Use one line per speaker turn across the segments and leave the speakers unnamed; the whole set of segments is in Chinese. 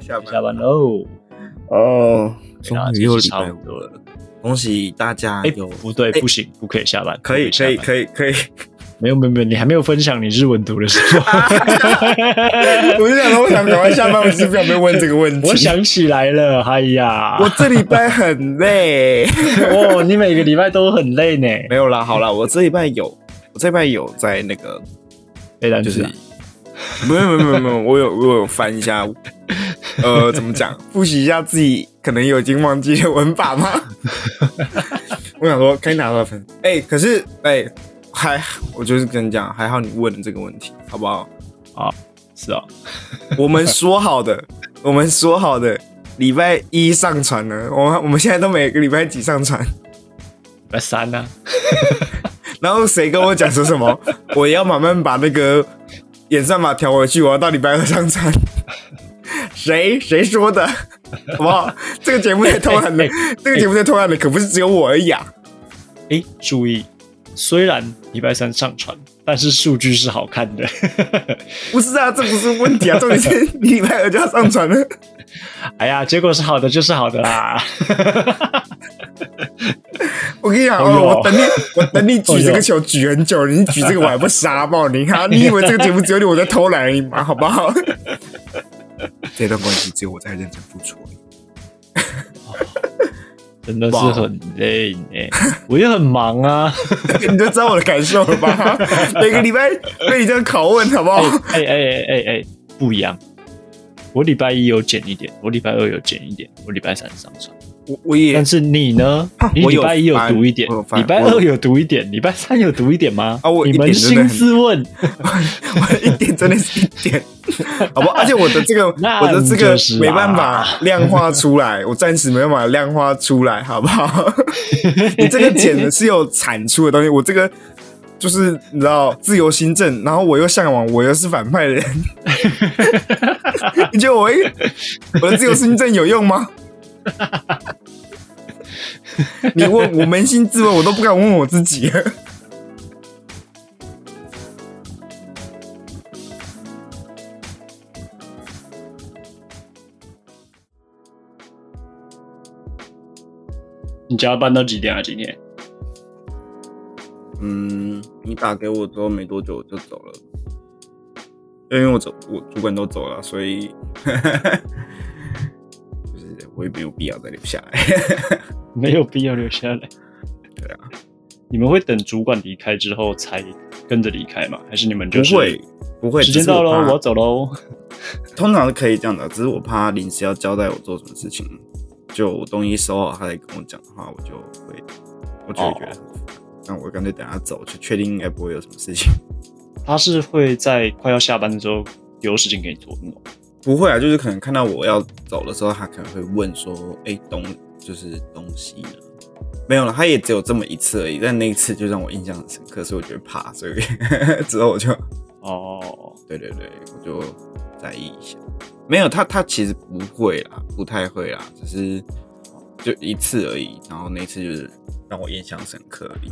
下班
下班喽。
哦，终
那
于
这
又
期
礼
差
拜
不
五，
多了。
恭喜大家
哎，
有
不对，
哎
不行，不可以下班。
可以可以
以，
可以可以，
没有没有没有，你还没有分享你日文读的时候。
啊我就想说，我想赶快下班，我只是不想被问这个 问题。
我想起来了，哎呀，
我 这礼拜很累，
哦，你每个礼拜都很累呢，
没有啦，好啦，我这礼拜有，我这礼拜有在那个
背单
就是
词啊，
没有没有没有没有，我有我有翻一 下，呃，怎么讲，复习一下自己可能有已经忘记的文法 吗？我想说该拿多少分？哎、可是哎、还我就是跟你讲，还好你问了这个问题，好不好？
是哦，
我们说好的，我们说好的礼拜一上传呢，我们我们现在都每个礼拜几上传？
礼拜三啊呢，
然后谁跟我讲说什么？我要慢慢把那个演算法调回去，我要到礼拜二上传。 谁谁说的？好不好？这个节目在偷懒的
哎，
这个节目在偷懒的可不是只有我而已啊！
哎，注意，虽然礼拜三上传，但是数据是好看的。
不是啊，这不是问题啊，重点是你礼拜二就要上传了。
哎呀，结果是好的就是好的啦。
我跟你讲
哎呦
哦，我 等你，我等你
哎
举
呦
这个球举很久了，你举这个我还不杀爆你哈？你以为这个节目只有你我在偷懒而已吗？好不好？ 这段关系只有我在认真付出而已。
真的是很累呢，我也很忙啊。
你就知道我的感受了 吧？每个礼拜被你这样拷问，好不好？
哎哎哎哎哎，不一样。我礼拜一有减一点，我礼拜二有减一点，我礼拜三上传。
我我也
但是你呢
啊？
你
我
礼
有
拜一有
翻
读一点
我有，翻
礼拜
我有
二有读一点，礼拜三有读一点吗？
啊我一
你
点
扪
真的很
心自问，
我一点真的是一 点，好不好？而且我的这个
那
我的这
你
个
就是啊
没办法量化出来，我暂时没办法量化出来，好不 好？你这个剪的是有产出的东西，我这个就是你知道自由新政，然后我又向往，我又是反派 的人，你觉得我会我的自由新政有用 吗？你问我扪心自问，我都不敢问我自己了。
你加班到几点啊？今天？
嗯，你打给我之后没多久我就走了，因为我走，我主管都走了，所以 就是我也没有必要再留下来。
没有必要留下来。
对啊，
你们会等主管离开之后才跟着离开吗？还是你们
不
就是
会，不会，
时
只
间
是我
到喽，
怕
我要走喽？
通常是可以这样的，只是我怕临时要交代我做什么事情，就我东西收好，他来跟我讲的话，我就会，我就会觉得很烦。
哦
那我干脆等他走，就确定应该不会有什么事情。
他是会在快要下班的时候有时间给你做那种。
不会啊，就是可能看到我要走的时候，他可能会问说：“哎、东就是东西呢？”没有了，他也只有这么一次而已。但那一次就让我印象很深刻，所以我觉得怕，所以之后我就
哦，
对对对，我就在意一下。没有他，他其实不会啦，不太会啦，只是就一次而已。然后那一次就是让我印象深刻而已。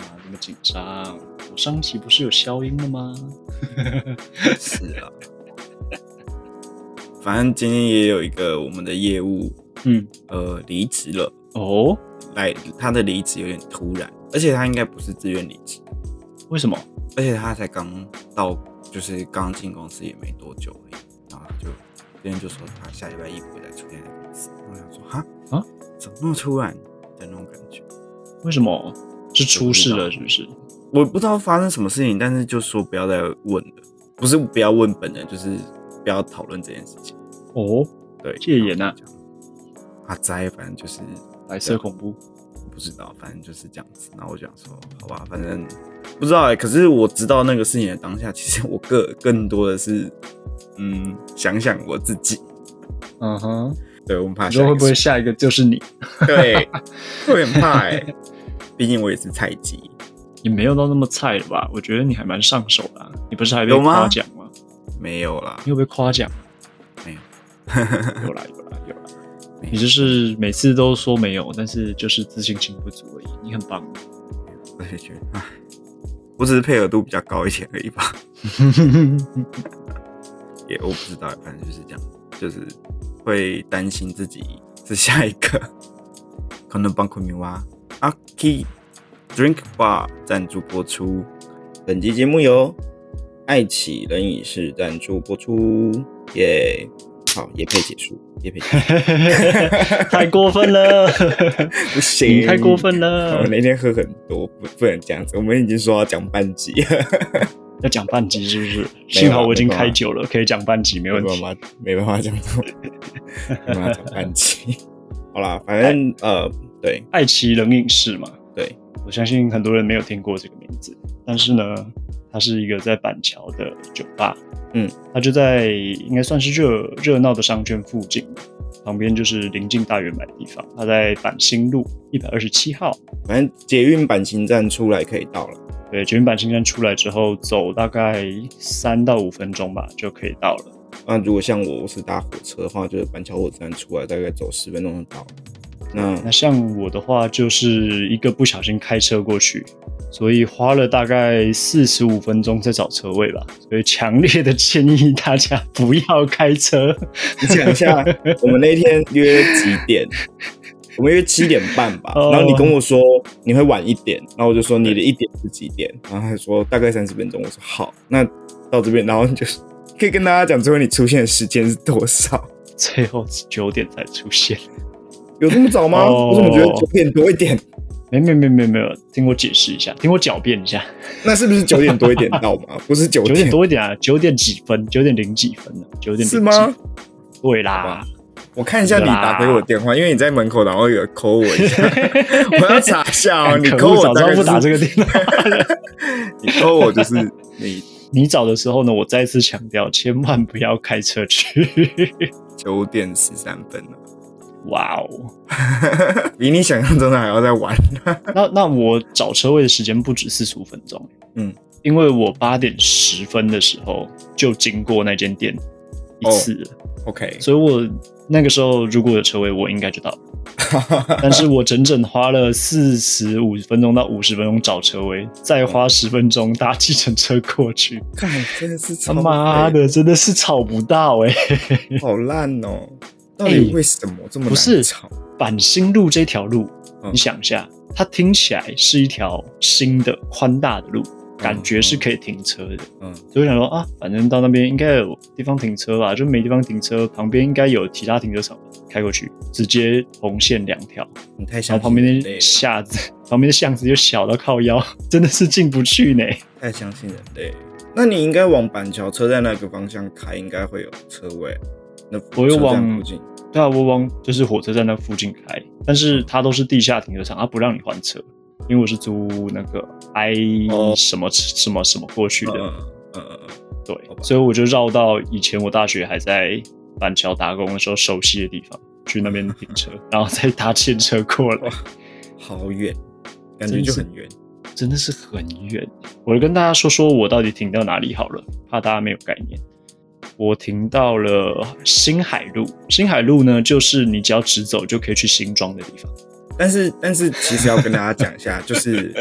妈这么紧张？我上期不是有消音了吗？
是啊，反正今天也有一个我们的业务
嗯，
呃离职了。
哦，
来他的离职有点突然，而且他应该不是自愿离职，
为什么？
而且他才刚到，就是刚进公司也没多久而已，然后他就别人就说他下礼拜一不会再出现在公司，我想说哈
啊，
怎么那么突然的那种感觉，
为什么？是出事了是不是？
我不知道发生什么事情，但是就说不要再问了，不是不要问本人，就是不要讨论这件事情，
哦，
对，
戒严啊，
啊灾，反正就是
白色恐怖。
不知道，反正就是这样子。然后我就想说，好吧，反正不知道哎、可是我知道那个事情的当下，其实我个更多的是，嗯，想想我自己。
嗯哼，
对我很怕
你
下一
说
个
会不会
事
下一个就是你？
情？ 对，会很怕哎、毕竟我也是菜鸡。
你没有到那么菜了吧？我觉得你还蛮上手的啊、你不是还被
有吗
夸奖吗？
没有啦，
你有被夸奖？
没有。
有啦有啦有啦，
没有
你就是每次都说没有，但是就是自信心不足而已。你很 棒，
我也觉得，唉，我只是配合度比较高一点而已吧。也我不知道，反正就是这样。就是会担心自己是下一个。可能帮昆明蛙 Aki Drink Bar 赞助播出。本集节目由爱奇人影视赞助播出，耶、好，也配结束，也配结束
太过分了，
不行，
你太过分
我
了
们，那天喝很多，不不能这样子。我们已经说要讲半集了，
要讲半集是不是？幸好我已经开酒了，可以讲半集没
啊没
问
办
题。
法，没办法讲这 么，没办法讲半集。 好啦，反
哎
正呃，对
爱奇艺冷饮室嘛，
对，
我相信很多人没有听过这个名字，但是呢，它是一个在板桥的酒吧，
嗯，
它就在应该算是热热闹的商圈附近，旁边就是临近大圆满的地方，它在板新路一百二十七号，
反正捷运板新站出来可以到了。
对，捷运板新站出来之后走大概三到五分钟吧就可以到了。
那如果像我我是搭火车的话，就是板桥火车站出来，大概走十分钟就到了。那
那像我的话，就是一个不小心开车过去，所以花了大概四十五分钟在找车位吧。所以强烈的建议大家不要开车。
你讲一下，我们那天约几 点？我们约七点半吧，
哦
然后你跟我说你会晚一点，然后我就说你的一点是几点？然后他说大概三十分钟，我说好，那到这边，然后你就可以跟大家讲最后你出现的时间是多少？
最后九点才出现，
有这么早吗？
哦
我怎么觉得九点多一 点？
没没没没没有，听我解释一下，听我狡辩一下，
那是不是九点多一点到嘛？不是九
九点多一点啊，九点几分，九点零几分呢、啊？九点零
是
几
吗？？好
对啦
吧，我看一下你打给我的电话，因为你在门口，然后有扣我一下， 我要查一下哦。
干
你
可
扣
恶，
我
早知
大
道
概、就
不
是、
打这个电话。
你扣我就是你
你找的时候呢，我再次强调，千万不要开车去。
九点十三分了，
哇哦！
比你想象中的还要再晚。
那那我找车位的时间不止四十五分钟，
嗯，
因为我八点十分的时候就经过那间店一次了
OK，
所以我那个时候如果有车位，我应该就到了。但是我整整花了四十五分钟到五十分钟找车位，再花十分钟搭计程车过去，
看真的是超
他妈的真的是找不到哎、
废好烂哦！到底为什么这么
不是
难吵？
板新路这条路，
嗯
你想一下，它听起来是一条新的宽大的路，感觉是可以停车的。
嗯
所以我想说啊，反正到那边应该有地方停车吧，就没地方停车，旁边应该有其他停车场吧，开过去直接红线两条，
你太相
然后
信
旁
人类
边的
了，
巷子，旁边的巷子又小到靠腰，真的是进不去呢。
太相信人类了。那你应该往板桥车站那个方向开，应该会有车位。那
我又
车站
往
附近，
对啊，我往就是火车站那附近开，但是它都是地下停车场，它不让你换车，因为我是租那个 I
哦
什么、什么什么过去
嗯
的，
嗯嗯嗯嗯，
对
好，吧
所以我就绕到以前我大学还在板桥打工的时候熟悉的地方，去那边停 车，然后再搭电车过
哦
来，
好远，感觉就很远。
真的是很远。我跟大家说说我到底停到哪里好了，怕大家没有概念。我停到了新海路，新海路呢，就是你只要直走就可以去新庄的地方。
但是，但是，其实要跟大家讲一 下，就是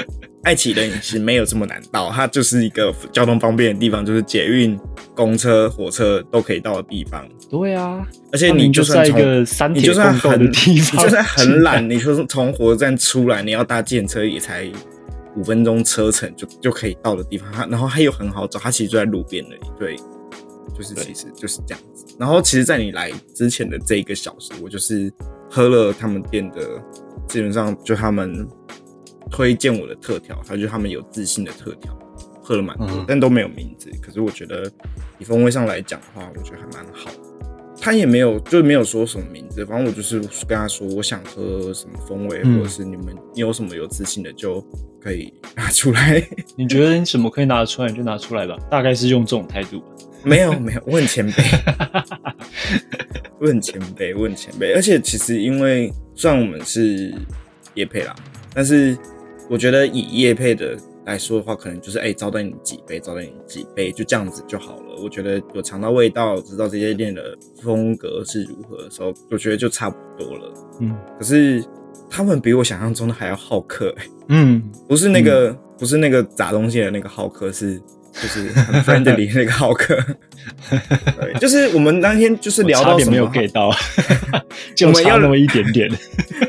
爱奇人影视没有这么难到，它就是一个交通方便的地方，就是捷运、公车、火车都可以到的地方。
对啊，
而且
它
你
明
就
就
算
在一
从
个三
你就
铁
算
共构
很
的地
你
方，
就算很懒，你就是从火车站出来，你要搭电车也才五分钟车程就就可以到的地方。它然后它又很好找，它其实就在路边而已。对，就是
对
其实就是这样子。然后其实，在你来之前的这一个小时，我就是喝了他们店的，基本上就他们推荐我的特调，他就他们有自信的特调，喝了蛮多，
嗯
但都没有名字。可是我觉得以风味上来讲的话，我觉得还蛮好的。他也没有，就是没有说什么名字，反正我就是跟他说我想喝什么风味，
嗯
或者是你们你有什么有自信的就可以拿出来。
你觉得你什么可以拿得出来，你就拿出来吧，大概是用这种态度吧。
没有没有，我很谦卑，我很谦卑，我很谦卑。而且其实因为虽然我们是叶配啦，但是我觉得以叶配的来说的话，可能就是哎、招待你几杯，招待你几杯，就这样子就好了。我觉得有尝到味道，知道这些店的风格是如何的时候，我觉得就差不多了。
嗯
可是他们比我想象中的还要好客、欸
嗯，
不是那个、不是那个砸东西的那个好客，是就是很 friendly 那个浩 克。对，就是我们当天就是聊
我差
到什
点
么
没有 get 到，就
我们
差
要
那么一点 点。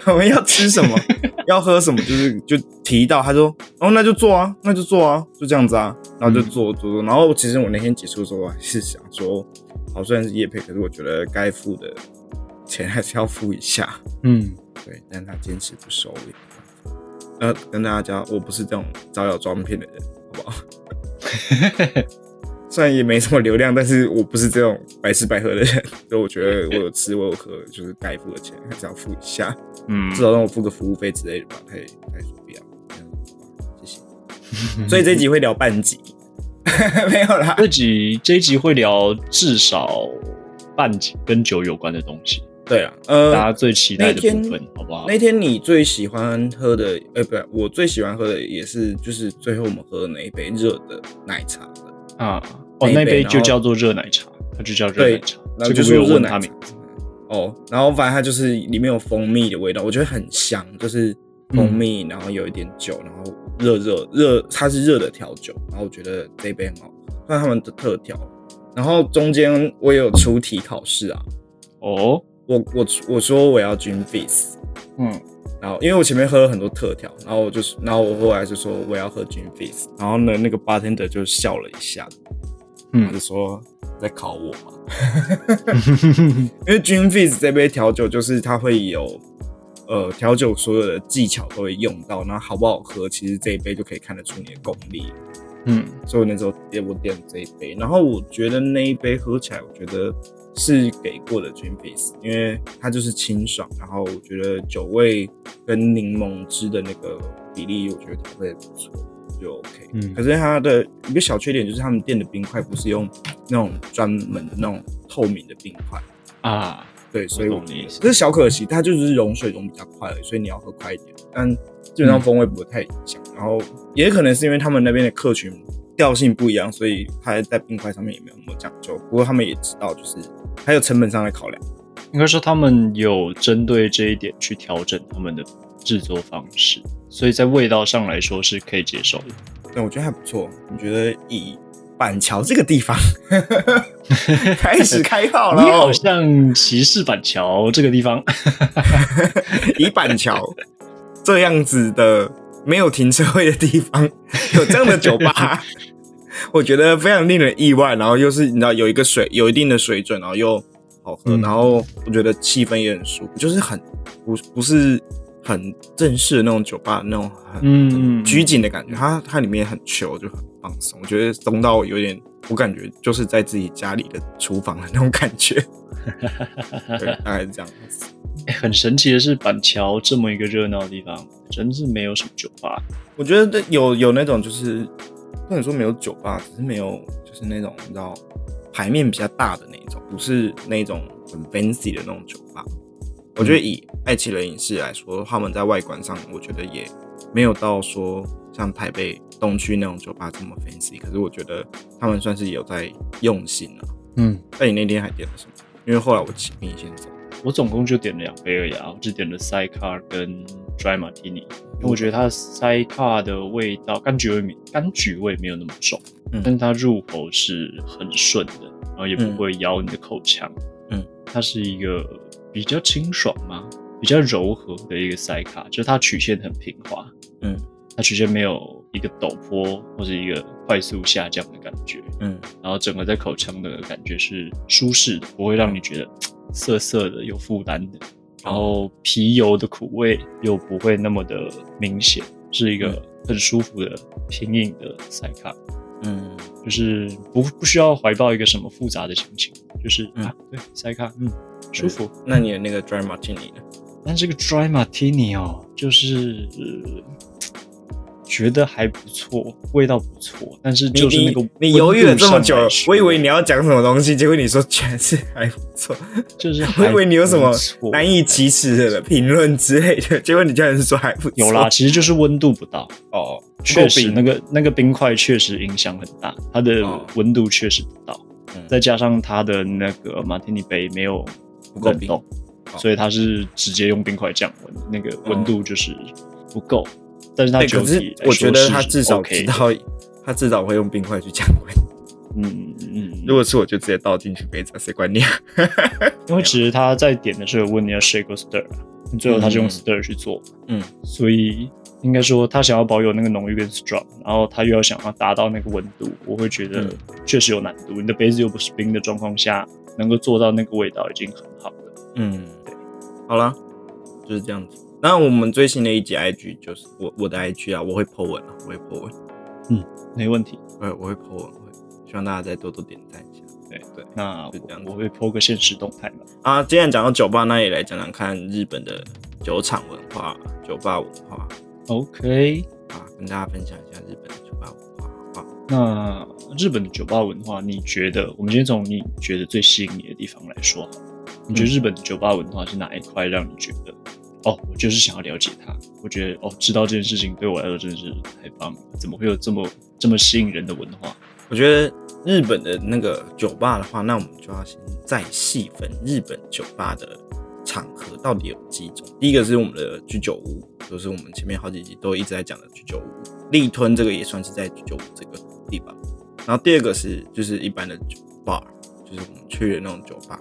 我们要吃什 么，要喝什么，就是就提到，他说，哦，那就做啊，那就做啊，就这样子啊，然
嗯
后就做做做，然后其实我那天结束的时候，我还是想说，好，虽然是夜配，可是我觉得该付的钱还是要付一下，
嗯，
对，但他坚持不收我也没办法呃，跟大家讲，我不是这种招摇撞骗的人，好不好？ 虽然也没什么流量，但是我不是这种白吃白喝的人，所以我觉得我有吃我有喝，就是该付的钱还是要付一下。
嗯，
至少让我付个服务费之类的吧。他也他也说不要，谢谢。
嗯
所以这一集会聊半集， 没有啦。
这集这一集会聊至少半集跟酒有关的东西，
对啊，
大家
呃，
最期待的
那
部
天
分，好不好？
那天你最喜欢喝的，呃、不对，我最喜欢喝的也是就是最后我们喝的那一杯热的奶茶的，
啊，哦，
那
那
一杯
杯
然
就
后
叫做热奶茶，它就叫热
对
奶茶。
然后
结
就
果
是
我有
热
问
奶
他
茶
名字，
哦，然后反正它就是里面有蜂蜜的味道，我觉得很香，就是蜂蜜，然后有一点酒，然后热热热，它是热的调酒，然后我觉得这一杯很好喝，算他们的特调。然后中间我也有出题考试啊，
哦，
我我我说我要 Gin Fizz，
嗯，
然后因为我前面喝了很多特调，然后我就是，然后我后来就说我要喝 Gin Fizz，然后呢那个 bartender 就笑了一下，
嗯
他就说在考我嘛， 因为 Gin Fizz 这杯调酒就是它会有呃调酒所有的技巧都会用到，那好不好喝，其实这一杯就可以看得出你的功力。
嗯，
所以我那时候也我点了这一杯，然后我觉得那一杯喝起来，我觉得是给过的 Dream Face，因为它就是清爽，然后我觉得酒味跟柠檬汁的那个比例，我觉得调配得不错，就 OK。
嗯
可是它的一个小缺点就是他们店的冰块不是用那种专门的那种透明的冰块，
啊，
对，所以
我
我
懂你意思
这是小可惜，它就只是溶水溶比较快而已，所以你要喝快一点，但基
嗯
本上风味不会太影响。然后也可能是因为他们那边的客群调性不一样，所以它在冰块上面也没有那么讲究。不过他们也知道，就是还有成本上的考量。
应该说他们有针对这一点去调整他们的制作方式，所以在味道上来说是可以接受的。
但我觉得还不错。你觉得以板桥这个地方 开始开炮了
你
哦
好，像歧视板桥这个地方，
以板桥这样子的没有停车位的地方，有这样的酒吧， 我觉得非常令人意外。然后又是你知道有一个水有一定的水准，然后又好喝，
嗯
然后我觉得气氛也很舒服，就是很不不是很正式的那种酒吧那种很
嗯
拘谨的感觉，它它里面很 chill，就很放松，我觉得松到有点，我感觉就是在自己家里的厨房的那种感 觉，对，大概是这样子。
很神奇的是，板桥这么一个热闹的地方，真是没有什么酒吧。
我觉得有有那种就是，不能说没有酒吧，只是没有就是那种你知道牌面比较大的那一种，不是那种很 fancy 的那种酒吧。我觉得以爱奇人影视来说，他们在外观上，我觉得也没有到说像台北东区那种酒吧这么 fancy。可是我觉得他们算是有在用心了、
嗯，
那你那天还点了什么？因为后来我请你先走，
我总共就点了两杯而已啊，我只点了 sidecar 跟 dry martini，因
嗯
为我觉得它的 sidecar 的味道柑橘味没柑橘味没有那么重，
嗯
但它入喉是很顺的，然后也不会咬你的口腔。
嗯，
它是一个比较清爽嘛，比较柔和的一个 sidecar，就是它曲线很平滑，
嗯
它曲线没有一个陡坡或是一个快速下降的感觉。
嗯
然后整个在口腔的感觉是舒适的，不会让你觉得嘖涩涩的、有负担的。然
哦
后皮油的苦味又不会那么的明显，是一个很舒服的平饮的塞卡，
嗯，
就是不不需要怀抱一个什么复杂的心情，就是、
嗯
啊，对塞卡，嗯，舒服。
那你的那个 dry martini 呢？
但这个 dry martini 哦，就是、呃觉得还不错，味道不错，但是就是那个
你你犹豫了这么久
温度上来，说
我以为你要讲什么东西，结果你说全是还不错，
就是
我
还
以 为你有什么
不错
难以启齿的评论之类的，结果你居然是说还不错。
有啦，其实就是温度不到，
哦，
确实
够
那
冰
个那个冰块确实影响很大，它的
哦
温度确实不到，
嗯
再加上它的那个马天尼杯没有
不够
冷
冰哦
冻，所以它是直接用冰块降温，那个温度就是不够，但是它
嗯对，
酒
可是
体来说
我觉得他
是
至少
OK
知
的
道他至少会用冰块去降温。
嗯嗯，
如果是我就直接倒进去杯子啊，谁管你啊？
因为其实他在点的时候有问你要 shake or stir，啊最后他就用
嗯
stir 去做，
嗯，
所以应该说他想要保有那个浓郁跟 strong，然后他又要想要达到那个温度，我会觉得
嗯
确实有难度。你的杯子又不是冰的状况下，能够做到那个味道已经很好了。
嗯，对，好啦，就是这样子。那我们最新的一集 IG 就是我我的 IG 啊，我会 po 文啊，我会 po 文，
没问题，
我会我会 po 文，我会希望大家再多多点赞一下。
对
对
那
就这样子
我我会 po 个现实动态嘛。
啊，既然讲到酒吧，那也来讲讲看日本的酒厂文化、酒吧文化
OK，
啊，跟大家分享一下日本的酒吧文化，好不好？
那日本的酒吧文化，你觉得？我们今天从你觉得最吸引你的地方来说好了，你觉得
嗯
日本的酒吧文化是哪一块让你觉得？哦，我就是想要了解它。我觉得哦，知道这件事情对我来说真的是太棒了。怎么会有这么这么吸引人的文化？
我觉得日本的那个酒吧的话，那我们就要先再细分日本酒吧的场合到底有几种。第一个是我们的居酒屋，就是我们前面好几集都一直在讲的居酒屋，立吞这个也算是在居酒屋这个地方。然后第二个是就是一般的酒 bar，就是我们去的那种酒吧。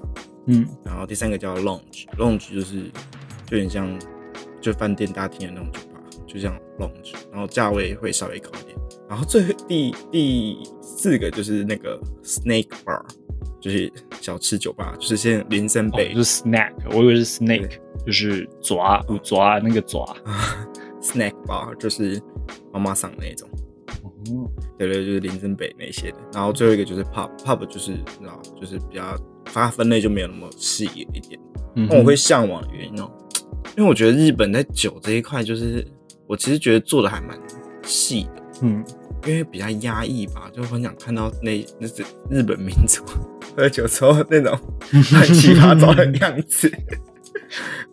嗯
然后第三个叫 lounge，lounge 就是就有点像就饭店大厅的那种酒吧，就像 lounge，然后价位会稍微高一点。然后最第第四个就是那个 snake bar，就是小吃酒吧，就是现在林森
哦，
北、
就是 snack，我以为是 snake，就是爪
哦
爪那个爪。
snack bar，就是妈妈桑那种。
哦，
对对，就是林森北那些的。然后最后一个就是 pub，pub 就是你知道，就是比较它分类就没有那么细一点。
嗯
那我会向往的原因哦，因为我觉得日本在酒这一块，就是我其实觉得做的还蛮细的，
嗯，
因为比较压抑吧，就很想看到那那是日本民族 喝酒时候那种乱七八糟的样子。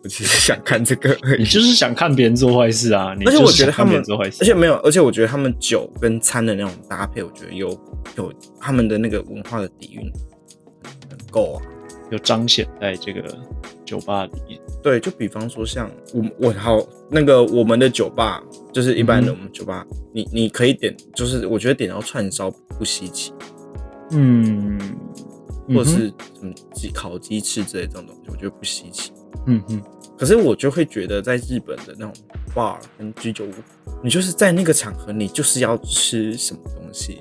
我其实想看这个而
你
已，
就是想看别人做坏事啊！你
而且
就是
我觉得
想
他
看别
们
人做坏事，
而且没有，而且我觉得他们酒跟餐的那种搭配，我觉得有有他们的那个文化的底蕴很够啊。
有彰显在这个酒吧里面。
对，就比方说像我我好那个我们的酒吧，就是一般的
嗯
我们酒吧，你你可以点，就是我觉得点到串烧不稀奇，
嗯，
或者是什么鸡烤鸡翅之类这种东西，我觉得不稀奇。
嗯哼，
可是我就会觉得，在日本的那种 bar 跟居酒屋，你就是在那个场合，你就是要吃什么东西，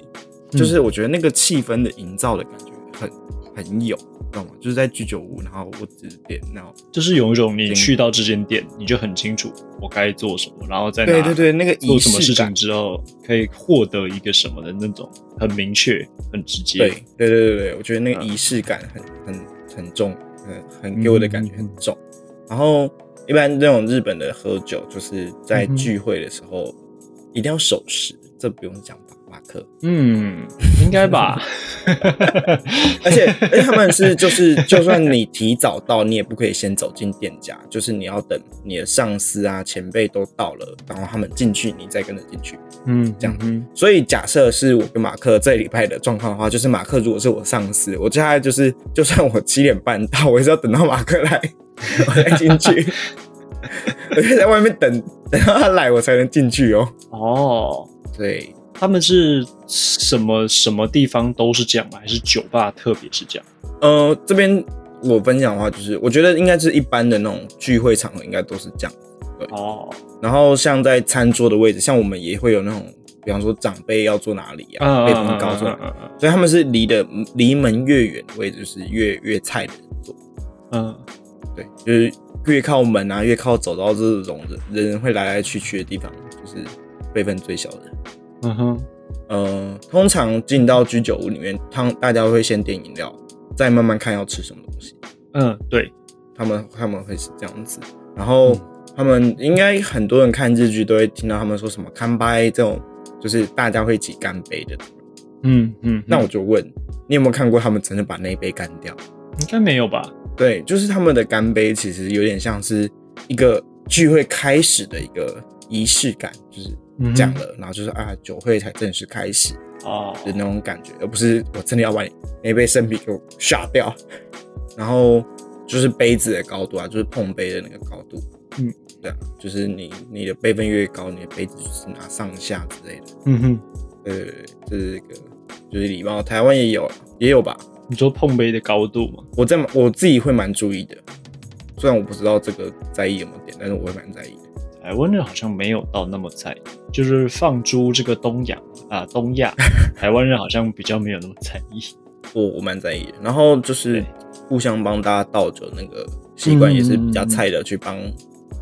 嗯
就是我觉得那个气氛的营造的感觉很很有，知道吗？就是在居酒屋，然后我只点那种
就是有一种你
对
去到这间店，你就很清楚我该做什么，然后在哪
对对对，那个
做
仪
什么事
式感
情。之后，可以获得一个什么的那种很明确、很直接。
对，对对对对，我觉得那个
嗯
仪式感很很很重，很很给我的感觉
嗯嗯嗯
很重。然后一般那种日本的喝酒，就是在
嗯哼
聚会的时候、一定要守时，这不用讲吧，马 克。
嗯，应该吧。
而且而且他们是就是，就算你提早到，你也不可以先走进店家，就是你要等你的上司啊前辈都到了，然后他们进去，你再跟着进去。
嗯，
这样
嗯
所以假设是我跟马克这礼拜的状况的话，就是马克如果是我上司，我接下来就是就算我七点半到，我也是要等到马克来， 我才进去。我就在外面等，等到他来我才能进去哦。
哦，
对，
他们是什么什么地方都是这样吗？还是酒吧特别是这样？
呃，这边我分享的话，就是我觉得应该是一般的那种聚会场合，应该都是这样。
哦，
然后像在餐桌的位置，像我们也会有那种，比方说长辈要坐哪里啊，辈分高坐哪里，
哦嗯嗯
所以他们是离的离门越远的位置，就是越越菜的人坐。
嗯
对，就是越靠门啊，越靠走到这种人人会来来去去的地方，就是辈分最小的人。
嗯哼，
呃，通常进到居酒屋里面，他们大家会先点饮料，再慢慢看要吃什么东西。
嗯，对，
他们他们会是这样子，然后他们应该很多人看日剧都会听到他们说什么干杯这种，就是大家会一起干杯的。
嗯嗯，
那我就问，你有没有看过他们真的把那一杯干掉？
应该没有吧？
对，就是他们的干杯其实有点像是一个聚会开始的一个仪式感，就是
嗯哼
讲了，然后就是啊，酒会才正式开始
哦，
的那种感觉，而不是我真的要把你那杯生啤给我下掉， 然后就是杯子的高度啊，就是碰杯的那个高度，
嗯，
对啊，就是你你的辈分越高，你的杯子就是拿上下之类的。
嗯哼，
对对对，这是一个就是礼貌，台湾也有啊，也有吧。
你说碰杯的高度嘛？
我在我自己会蛮注意的，虽然我不知道这个在意有没有点，但是我会蛮在意的。
台湾人好像没有到那么在意，就是放诸这个东亚啊，东 亚，台湾人好像比较没有那么在意。
我我蛮在意的。然后就是
对
互相帮大家倒酒那个习惯也是比较菜的，去帮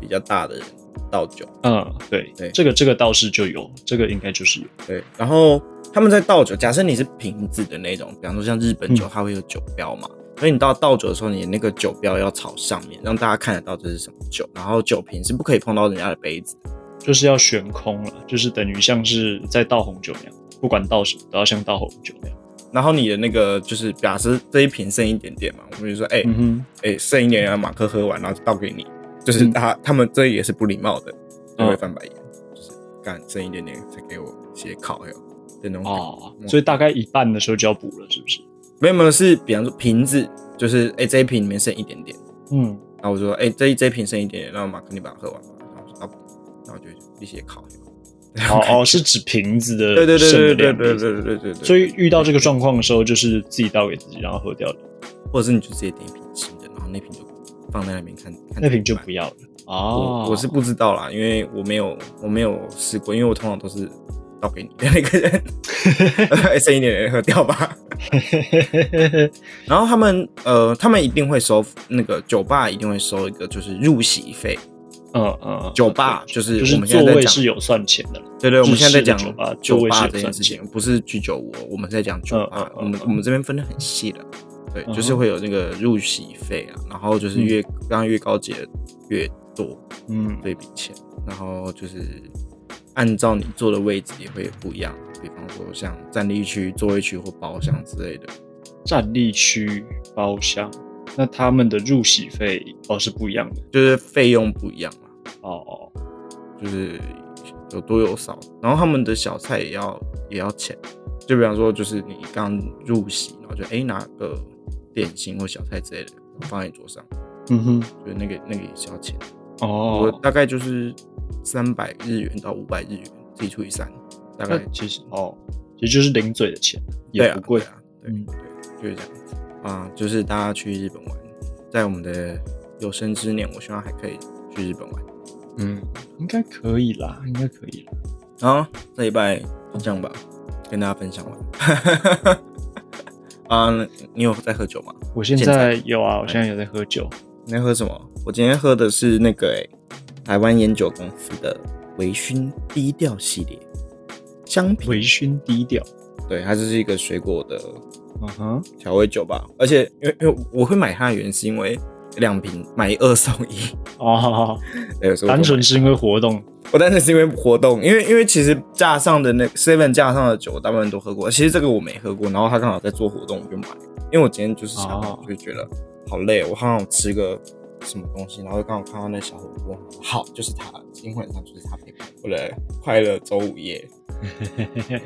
比较大的人倒酒。
嗯，对，
对
这个这个倒是就有，这个应该就是有。
对，然后他们在倒酒，假设你是瓶子的那种，比方说像日本酒，它会有酒标嘛，所以你到倒酒的时候，你那个酒标要朝上面，让大家看得到这是什么酒。然后酒瓶是不可以碰到人家的杯子，
就是要悬空了，就是等于像是在倒红酒那样，不管倒什么都要像倒红酒那样。
然后你的那个就是，假设这一瓶剩一点点嘛，我们就说，哎、
嗯哼，
哎、剩一点点，让马克喝完，然后倒给你，就是
嗯
他、他们这也是不礼貌的，就会翻白眼，就是干剩一点点再给我写烤哟的那种感觉。
哦，所以大概一半的时候就要补了，是不是？
没有没有，是比方说瓶子，就是哎、这一瓶里面剩一点点。
嗯，
然后我就说，哎、这一这一瓶剩一点点，让马克你把它喝完吧。然后我说，啊，然后就一起也烤一烤。
哦哦，是指瓶子的
对对对
剩的
对对
量
对
是不是
对对对对。
所以遇到这个状况的时候，就是自己倒给自己，然后喝掉的
或者是你就直接点一瓶新的，然后那瓶就放在那边看看。
那瓶就不要了。哦，
我我是 不知道啦，因为我没有我没有试过，因为我通常都是倒给你的那个人，哎 剩一点点喝掉吧。
嗯
然后他们呃，他们一定会收那个酒吧一定会收一个就是入席费，
嗯嗯嗯，
酒吧就是
就是
我们现
座
在在
位
讲
是有算钱的了。
对对，我们现在在讲
日式的酒吧
酒
座位是有
这件
算
事情，不是居酒屋，我们在讲酒吧
嗯嗯。嗯
我们
嗯
我们这边分的很细的，对，
嗯哼
就是会有那个入席费啊，然后就是越刚刚越高级的越多
嗯，
这笔钱，然后就是按照你坐的位置也会不一样，比方说像站立区、座位区或包厢之类的。
站立区包厢，那他们的入席费哦是不一样的。
就是费用不一样嘛，
哦哦，
就是有多有少，然后他们的小菜也要也要钱，就比方说就是你刚入席，然后就哎、诶拿个点心或小菜之类的放在你桌上，
嗯哼，
就那个那个也是要钱，我
哦，
大概就是三百日元到五百日元，自己除以三，大
那
概
其实哦，其实就是零嘴的钱，
对
也
啊
不贵
对。啊，对
嗯
对，就是这样子啊，就是大家去日本玩，在我们的有生之年，我希望还可以去日本玩。
嗯，应该可以啦，应该可以啦。
好，这一拜就这样吧，跟大家分享完。啊、你有在喝酒吗？
我现
现在哎
在有啊，我现在有在喝酒。
你在喝什么？我今天喝的是那个、欸、台湾烟酒公司的微醺低调系列香
微
啤，
醺低调，
对，它就是一个水果的
嗯哼，
调味酒吧。而且因为因为我会买它的原因是因为两瓶买一二送一，
哦，
对，所以我就买
单纯是因为活动，
我单纯是因为活动，因为因为其实架上的那 seven 架上的酒，我大部分都喝过。其实这个我没喝过，然后他刚好在做活动，我就买。因为我今天就是下班
哦
就觉得好累，我刚好吃个什么东西，然后刚好看到那小火锅，好，就是它，今天晚上就是它陪伴我的快乐周五 夜，就是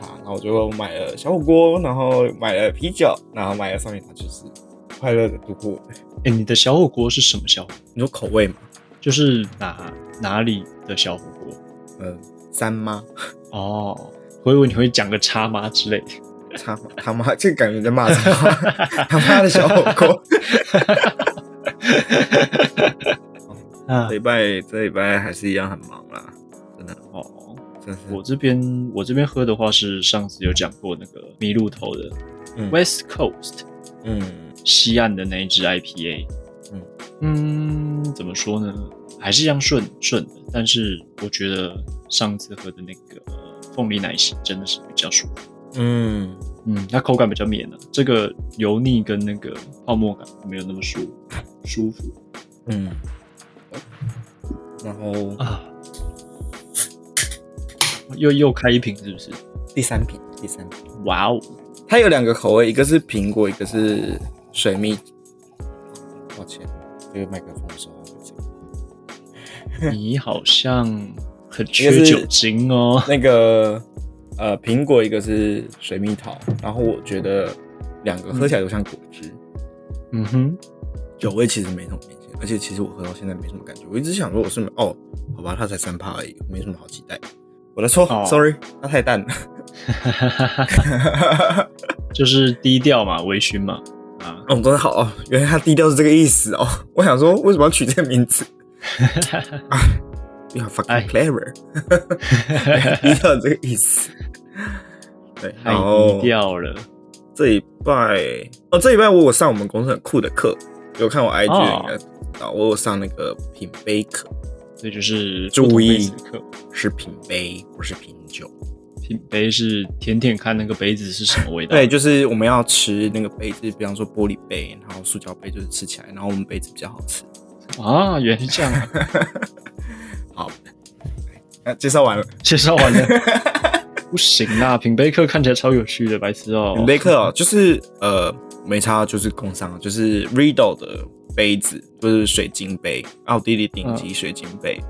它。然后我就买了小火锅，然后买了啤酒，然后买了上面它，就是快乐的度过。
哎，你的小火锅是什么小火锅？
你说口味嘛？
就是哪哪里的小火锅？
嗯，三吗？
哦，我以为你会讲个叉妈之类的。
他妈他妈，这感觉在骂脏话，他妈的小火锅。
啊
这，礼拜这礼拜还是一样很忙啦，真的
哦，
真是
我这边我这边喝的话是上次有讲过那个麋鹿头的
嗯
West Coast
嗯
西岸的那一支 IPA。
嗯
嗯，怎么说呢？还是一样顺顺的，但是我觉得上次喝的那个呃凤梨奶昔真的是比较舒服。
嗯，
嗯，它口感比较绵啊，这个油腻跟那个泡沫感没有那么舒舒服
嗯，然后
啊。又又开一瓶是不是？
第三瓶，第三瓶，
哇 哦，
它有两个口味，一个是苹果，一个是水蜜。抱歉，这个麦克风说话会这样
你好像很
一
缺
个是
酒精哦。
那个呃，苹果一个是水蜜桃，然后我觉得两个喝起来都像果汁，
嗯哼，
酒味其实没什么明显，而且其实我喝到现在没什么感觉。我一直想说我是没哦，好吧，它才三趴而已，没什么好期待。我的错、
哦
s o r r y 它太淡了。
就是低调嘛，微醺嘛，啊，
哦，真的好哦，原来他低调是这个意思哦。我想说，为什么要取这个名 字啊？You are
哎
fucking clever，低调这个意思。对，
太
然后
低调了。
这礼拜哦，这礼拜我有上我们公司很酷的课，有看我 IG 的
哦
应该知道，我有上那个品杯课，
所以就是
注意
不同杯子的课
是品杯，不是品酒。
品杯是舔舔看那个杯子是什么味道。
对，，就是我们要吃那个杯子，比方说玻璃杯，然后塑胶杯就是吃起来，然后我们杯子比较好吃。
啊，原来是这样、啊。
啊，介绍完了，
介绍 完了，不行啦，品杯课看起来超有趣的，白痴哦、
品杯课哦，就是呃，没差，就是工商，啊就是 Riddle 的杯子，就是水晶杯，奥地利顶级水晶杯，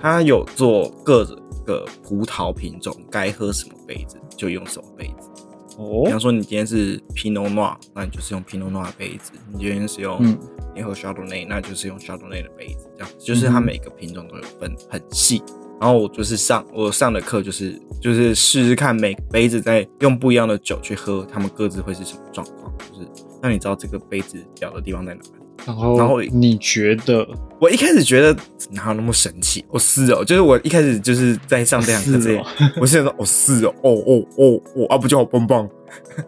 它有做各个葡萄品种该喝什么杯子就用什么杯子。比
哦
方，说你今天是 Pinot Noir，那你就是用 Pinot Noir 的杯子；你今天是用、
嗯
你喝 Chardonnay，那就是用 Chardonnay 的杯子。这样就是它
嗯哼
每个品种都有分很细。然后我就是上我上的课就是就是试试看每个杯子在用不一样的酒去喝，他们各自会是什么状况，就是让你知道这个杯子屌的地方在哪里。
然后
然后
你觉得
我一开始觉得哪有那么神奇，哦是哦，就是我一开始就是在上这堂课之前，我现在说哦是哦，哦哦哦哦啊不就好棒棒，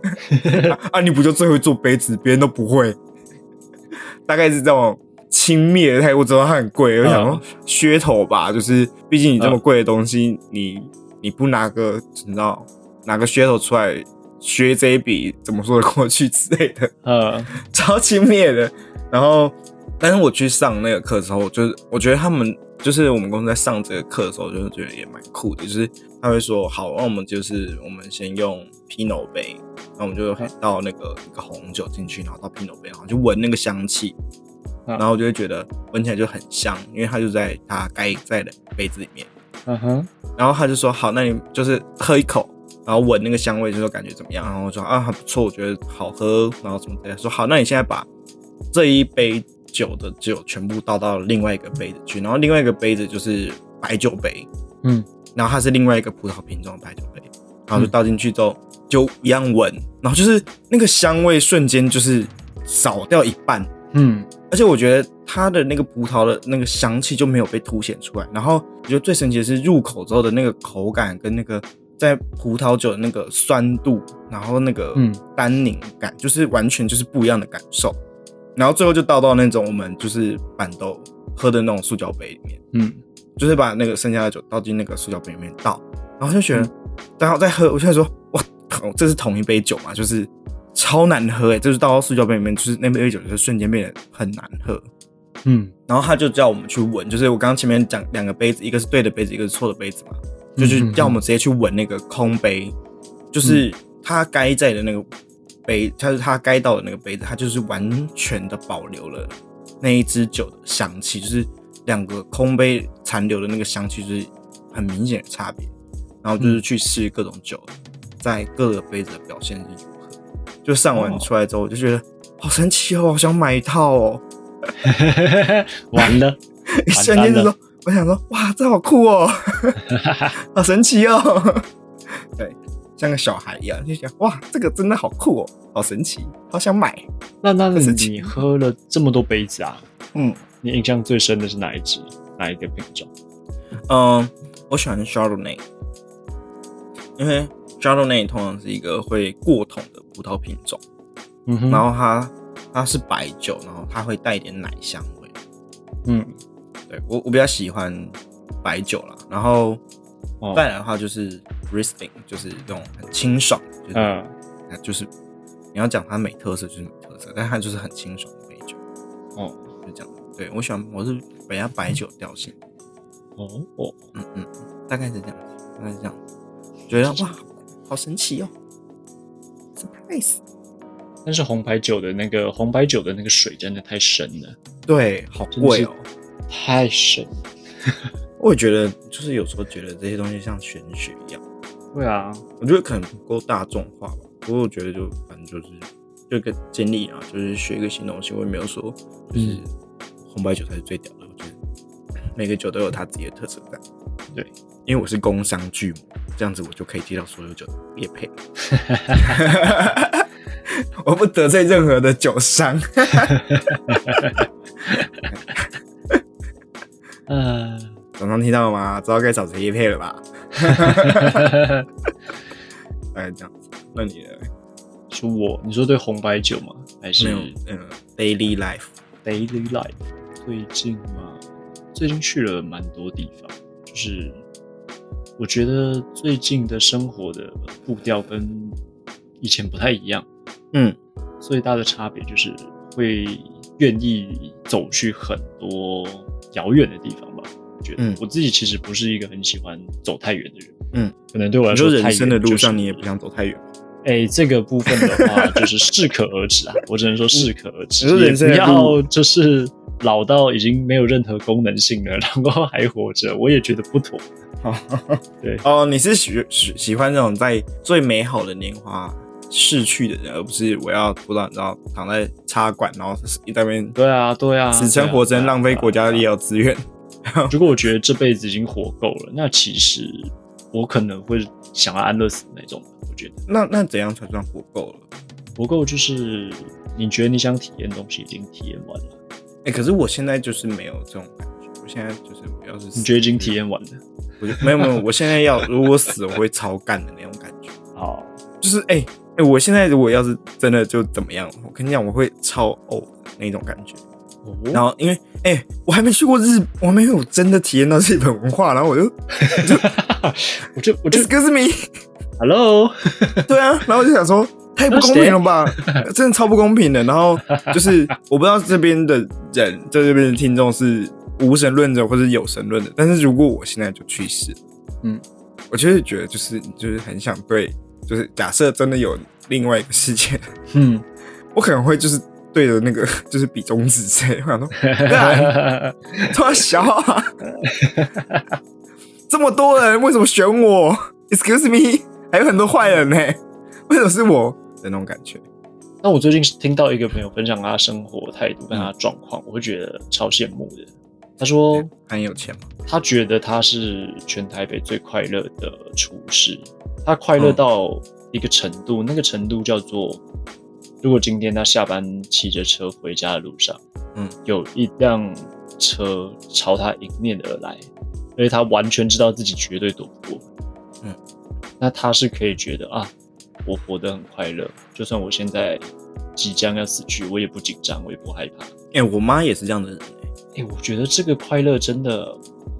啊啊你不就最会做杯子，别人都不会，大概是这种轻蔑的态度，我知道它很贵，我想说噱头吧，就是毕竟你这么贵的东西，你你不拿个你知道拿个噱头出来削这一笔，怎么说得过去之类的，
呃，
超轻蔑的。然后，但是我去上那个课之后，就是我觉得他们就是我们公司在上这个课的时候，就是觉得也蛮酷的，就是他会说好，那我们就是我们先用 Pinot 杯，那我们就倒那个一个红酒进去，然后到 Pinot 杯，然后就闻那个香气。
嗯
然后我就会觉得闻起来就很香，因为它就在它该在的杯子里面。
嗯哼，
然后他就说好，那你就是喝一口，然后闻那个香味，就说感觉怎么样？然后我说啊，还不错，我觉得好喝，然后什么之类的。说好，那你现在把这一杯酒的酒全部倒到另外一个杯子去，然后另外一个杯子就是白酒杯，
嗯，
然后它是另外一个葡萄品种的白酒杯，然后就倒进去之后、就一样闻，然后就是那个香味瞬间就是少掉一半，
嗯，
而且我觉得它的那个葡萄的那个香气就没有被凸显出来。然后我觉得最神奇的是入口之后的那个口感跟那个在葡萄酒的那个酸度，然后那个
嗯
单宁感，就是完全就是不一样的感受。然后最后就倒到那种我们就是板豆喝的那种塑胶杯里面。
嗯，
就是把那个剩下的酒倒进那个塑胶杯里面倒，然后就觉得，然后再喝，我就在说，哇，这是同一杯酒嘛，就是超难喝诶、欸就是倒到塑胶杯里面，就是那杯酒就瞬间变得很难喝。
嗯，
然后他就叫我们去闻，就是我刚刚前面讲两个杯子，一个是对的杯子，一个是错的杯子嘛，就
嗯
是
嗯
叫我们直接去闻那个空杯，就是它该在的那个杯，它是它该到的那个杯子，它就是完全的保留了那一支酒的香气，就是两个空杯残留的那个香气，就是很明显的差别。然后
嗯
就是去试各种酒，在各个杯子的表现是如何。就上完出来之后，我就觉得好神奇哦，好想买一套哦。
完了，
一 瞬间就说，我想说，哇，这好酷哦，好神奇哦， 对，像个小孩一样，就想，哇，这个真的好酷哦，好神奇，好想买。
那那
这是
你喝了这么多杯子啊？
嗯
你印象最深的是哪一支？哪一个品种？
嗯，我喜欢 Chardonnay，因为 Chardonnay 通常是一个会过桶的葡萄品种，
嗯哼，
然后它它是白酒，然后它会带一点奶香味。
嗯，
对我我比较喜欢白酒啦，然后
哦
再来的话就是 Riesling，就是那种很清爽，就是
嗯
它就是你要讲它没特色就是没特色，但它就是很清爽的美酒，
哦
就这样。对我喜欢，我是比较白酒调性，
哦哦，
嗯嗯，大概是这样，大概是这样，觉得哇，好神奇哦，surprise，
但是红白酒的那个红白酒的那个水真的太深了，
对，好贵哦。
太深了。
我也觉得，就是有时候觉得这些东西像玄学一样，
对啊，
我觉得可能不够大众化吧。不过我觉得就反正就是就个经历啊，就是学一个新东西，我也没有说就是
嗯
红白酒才是最屌的，我觉得每个酒都有它自己的特色在。
对，
因为我是工商巨魔，这样子我就可以接到所有酒的业配， 我不得罪任何的酒商。
呃，
早上听到了吗？知道该找谁业配了 吧？大概这样子。那你呢？
说我，你说对红白酒吗？还
没
是
有，嗯，daily life，
daily life？最近嘛，最近去了蛮多地方，就是我觉得最近的生活的步调跟以前不太一样。
嗯，
最大的差别就是会愿意走去很多遥远的地方吧。我觉得、
嗯
我自己其实不是一个很喜欢走太远的人。
嗯，
可能对我来
你说
说，
人
太远
生的路
就是
上你也不想走太远。
哎、这个部分的话，就是适可而止啊。我只能说适可而
嗯
止，
你说人生的
也不要
路
就是老到已经没有任何功能性了，然后还活着，我也觉得不妥。
哦，你是喜喜喜欢那种在最美好的年华逝去的人，而不是我要不知道，你知道躺在茶馆，然后一在那边
对啊，对啊，
死撑活撑，浪费国家也有资源。
如果我觉得这辈子已经活够了，那其实我可能会想要安乐死那种。我觉得
那那怎样才算活够了？
活够就是你觉得你想体验的东西已经体验完了，
哎、可是我现在就是没有这种感觉，我现在就是我要是
你觉得已经体
体，
验完了，
我就没有没有，我现在要如果死我会超干的那种感觉，
好，
就是哎哎、欸我现在如果要是真的就怎么样，我跟你讲我会超呕的那种感觉。然后因为哎、我还没去过日，我还没有真的体验到日本文化，然后我就
我就我就
excuse me，
Hello，
对啊，然后我就想说太不公平了吧，真的超不公平的。然后就是 我不知道这边的人，在这边的听众是无神论者或是有神论的，但是如果我现在就去世，
嗯，
我就是觉得就是就是很想对，就是假设真的有另外一个世界，
嗯，
我可能会就是对着那个就是比中指之类的，我想说干 他小啊！这么多人为什么选我？Excuse me，还有很多坏人呢、为什么是我的那种感觉？
那我最近听到一个朋友分享他的生活态度跟他的状况，我会觉得超羡慕的。他说
很有钱吗？
他觉得他是全台北最快乐的厨师，他快
嗯
乐到一个程度，那个程度叫做，如果今天他下班骑着车回家的路上，
嗯，
有一辆车朝他迎面而来，所以他完全知道自己绝对躲不过，
嗯，
那他是可以觉得啊，我活得很快乐，就算我现在即将要死去，我也不紧张，我也不害怕。
哎、我妈也是这样的人、欸。
哎、我觉得这个快乐真的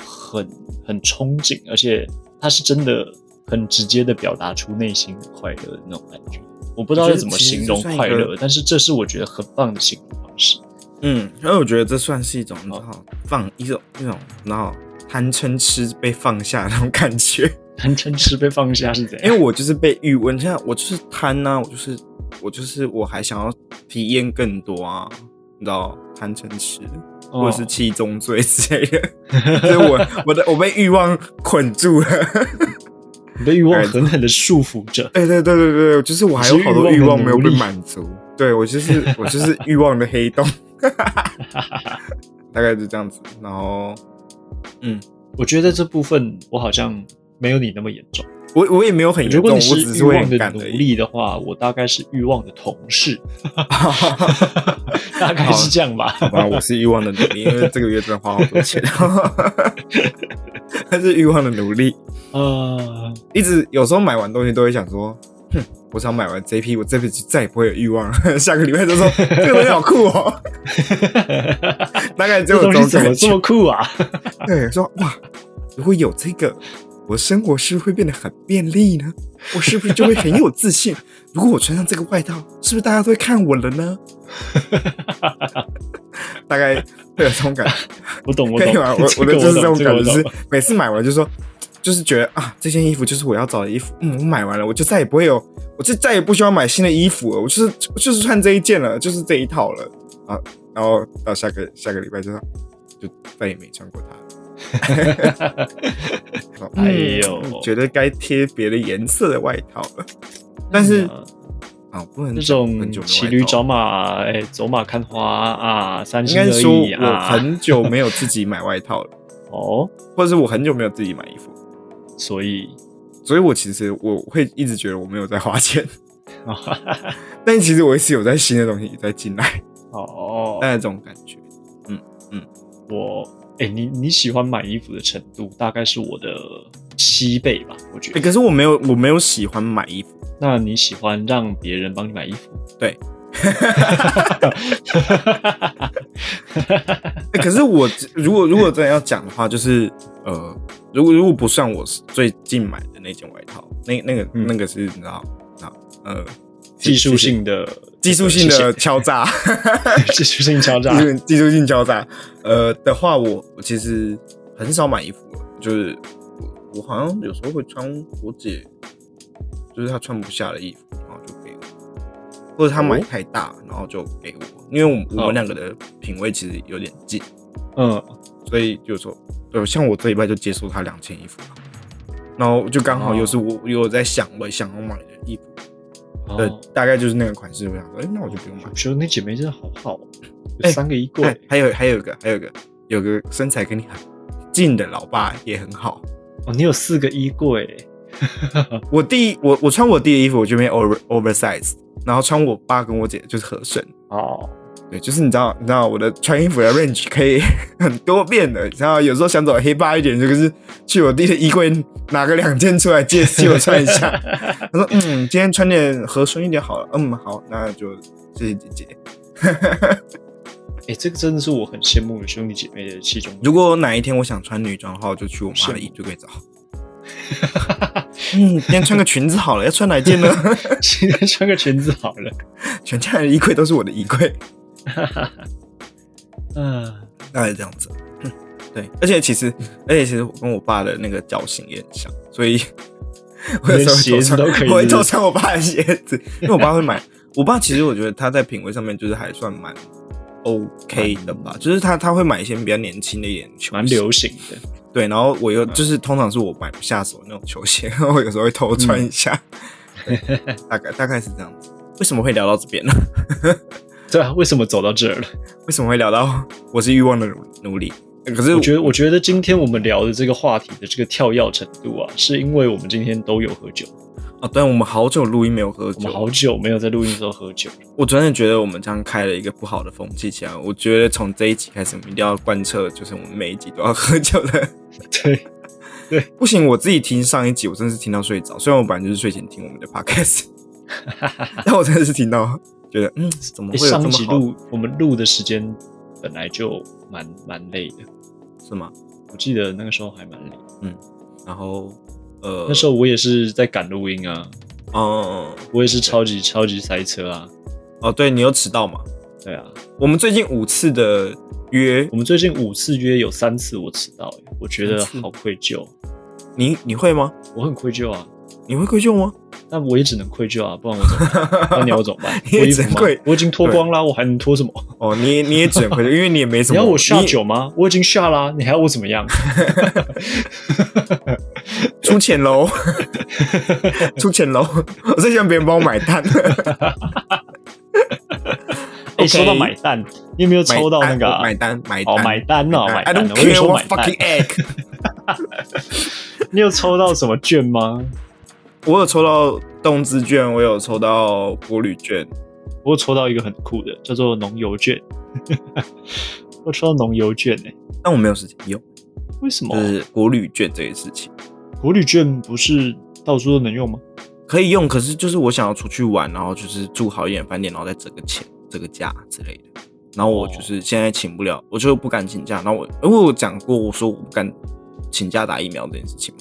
很很憧憬，而且它是真的很直接的表达出内心的快乐的那种感觉。我不知道
我觉
要
得
怎么
其实
形容
算一
快
个
乐，但是这是我觉得很棒的形容方式。
嗯，因为我觉得这算是一种，你知
哦
道，放一种那种，然后贪嗔痴被放下的那种感 觉。
贪嗔痴被放下是怎
因
样？
为我就是被欲问，现在我就是贪啊呐、我就是我就是我还想要体验更多啊，你知道，贪嗔痴。
哦
或者是七宗罪之类的， 所以我我的我被欲望捆住了。
你被欲
哎
望狠狠的束缚着。
对对对对对，就是我还有好多欲望没有被满足。对我就是我就是欲望的黑洞， 大概就这样子。然后，嗯，
我觉得这部分我好像没有你那么严重。
我我也没哎有很严
如
重，
果
我
你是
只
欲
是会
望
很
的
感
奴
而已。
隶的话，我大概是欲望的同 事，大概是这样吧。
好吧，我是欲望的奴隶，因为这个月真的花好多钱。 但是欲望的奴隶，
呃，
一直有时候买完东西都会想说，哼，我想买完这一批，我这辈子再也不会有欲望了。 下个礼拜就说这个东西好酷哦，大概就有
这东
种
西怎么
感
这
觉
么。酷啊？
对，说哇，如果有这个，我生活是不是会变得很便利呢？我是不是就会很有自信？ 如果我穿上这个外套，是不是大家都会看我了 呢？大概会有这种感觉。
我懂，我
可
懂，
以吗？我
这
我
个
的就是这种
懂
感觉，就
这
是
个我懂嗯
每次买完就说，就是觉得啊，这件衣服就是我要找的衣服，嗯，我买完了，我就再也不会有，我就再也不需要买新的衣服了，我就是我就是穿这一件了，就是这一套了啊，然后到下个下个礼拜就就再也没穿过它了。 哦
哎呦
嗯觉得该贴别的颜色的外套了，但是
嗯
啊，不能
那
讲很久
种
没有
骑
外
驴
套
找马，哎，走马看花啊，三
应
心
该
二
说
意
我
啊，
很久没有自己买外套了，
哦，
或者是我很久没有自己买衣服，
所以
所以我其实我会一直觉得我没有在花钱， 哦但其实我是有在新的东西在进来，
哦
大，概这种感觉。
我哎、你你喜欢买衣服的程度大概是我的七倍吧，我觉
欸
得。
可是我没有，我没有喜欢买衣服，
那你喜欢让别人帮你买衣服？
对。欸可是我如果如果真的要讲的话，就是呃，如果如果不算我最近买的那件外套，那那个、
嗯
那个是你知道，你知道呃，
技术
谢谢
性的
技术性的敲诈，
技术性敲诈
技，术技术性敲诈。呃的话我，我其实很少买衣服了，就是我我好像有时候会穿我姐，就是她穿不下的衣服，然后就给我，或者她买
哦
太大，然后就给我，因为我们我
哦
们两个的品味其实有点近，
嗯，
所以就说，对，像我这礼拜就接收她两件衣服嘛，然后就刚好又是
哦
我、又有在想我想要买的衣服，对，
哦，
大概就是那个款式，我想说，哎、那我就不用买了
我。觉得那姐妹真的好好哦，有
哎
三个衣柜、
对，还有还有一个还有一个有个身材跟你很近的老爸也很好。
哦，你有四个衣柜、
我弟我我穿我弟的衣服，我就变 over oversize，然后穿我爸跟我姐就是合身。
哦，
对，就是你知道，你知道我的穿衣服的 range 可以 很多变的，你知道，有时候想走黑怕一点，就是去我弟的衣柜拿个两件出来借借我穿一下。 他说：“嗯，今天穿点合身一点好了。”嗯，好，那就谢谢姐姐。
哎、这个真的是我很羡慕的兄弟姐妹的其中一个。
如果哪一天我想穿女装的话，我就去我妈的衣柜 找。嗯，今天穿个裙子好了，要穿哪一 件呢？
今天穿个裙子好了。
全家人的衣柜都是我的衣柜，
嗯，
大概这样子。嗯对，而且其实，而且其实我跟我爸的那个脚型也很像，所 以我有时候会
连鞋子
偷
都可
穿
以
我会
是
偷
不是
穿我爸的鞋子，因为我爸会买。我爸其实我觉得他在品味上面就是还算蛮 OK 的吧，就是他他会买一些比较年轻的一点的球鞋，
蛮流行的。
对，然后我又
嗯
就是通常是我买不下手那种球鞋， 然后我有时候会偷
嗯
穿一下，对大概大概是这样子。为什么会聊到这边呢？
对啊，为什么走到这儿了？
为什么会聊到 我是欲望的奴奴隶？呃可是
我觉得，我觉得今天我们聊的这个话题的这个跳跃程度啊，是因为我们今天都有喝酒，
啊，对，我们好久录音没有喝
我们
酒，
好久没有在录音的时候喝酒了。
我真的觉得我们这样开了一个不好的风气起来。我觉得从这一集开始，我们一定要贯彻，就是我们每一集都要 喝酒的。
对，
不行，我自己听上一集，我真的是听到睡着。虽然我本来就是睡前听我们的 podcast，但我真的是听到觉得，嗯，怎么
诶
会有这
哎上一
么
集
好？
录我们录的时间本来就蛮蛮累的，
是吗？
我记得那个时候还蛮累的。
然后呃，
那时候我也是在赶录音啊，
哦
我也是超级超级塞车啊。
哦，对你有迟到嘛？
对啊，
我们最近五次的约
我，们最近五次约有三次我迟到、欸，我觉得
三次
好愧疚，
你你会吗？
我很愧疚啊。
你会愧疚吗？？
但我也只能愧疚啊，不然我怎么办？那你要我怎么办
你也
我衣
只
服
能
吗
愧
我已经脱光啦，我还能脱什么？
哦，你也你也只能 愧疚，因为你也没什
你
么。
要我下
你
酒吗？我已经下啦，你还要我怎么样？
出钱喽， 出钱喽！我最喜欢别人帮我买单。
哎，
OK
说到买单，你有没有抽到那个啊
买单买
哦
单
买单哦买
I
单
don't
哦，我跟你
care
说
what
买单
fucking。egg。
你有抽到什么券吗？
我有抽到动资券，我有抽到国旅券，
我有抽到一个很酷的，叫做农油券。 我抽到农油券哎，
但我没有事情用，
为什么啊
就？是国旅券这个事情。
国旅券不是到处都能用吗？
可以用，可是就是我想要出去玩，然后就是住好一点的饭店，然后再整个钱、整个假之类的。然后我
哦
就是现在请不了，我就不敢请假。然后我因为我讲过，我说我不敢请假打疫苗这件事情嘛，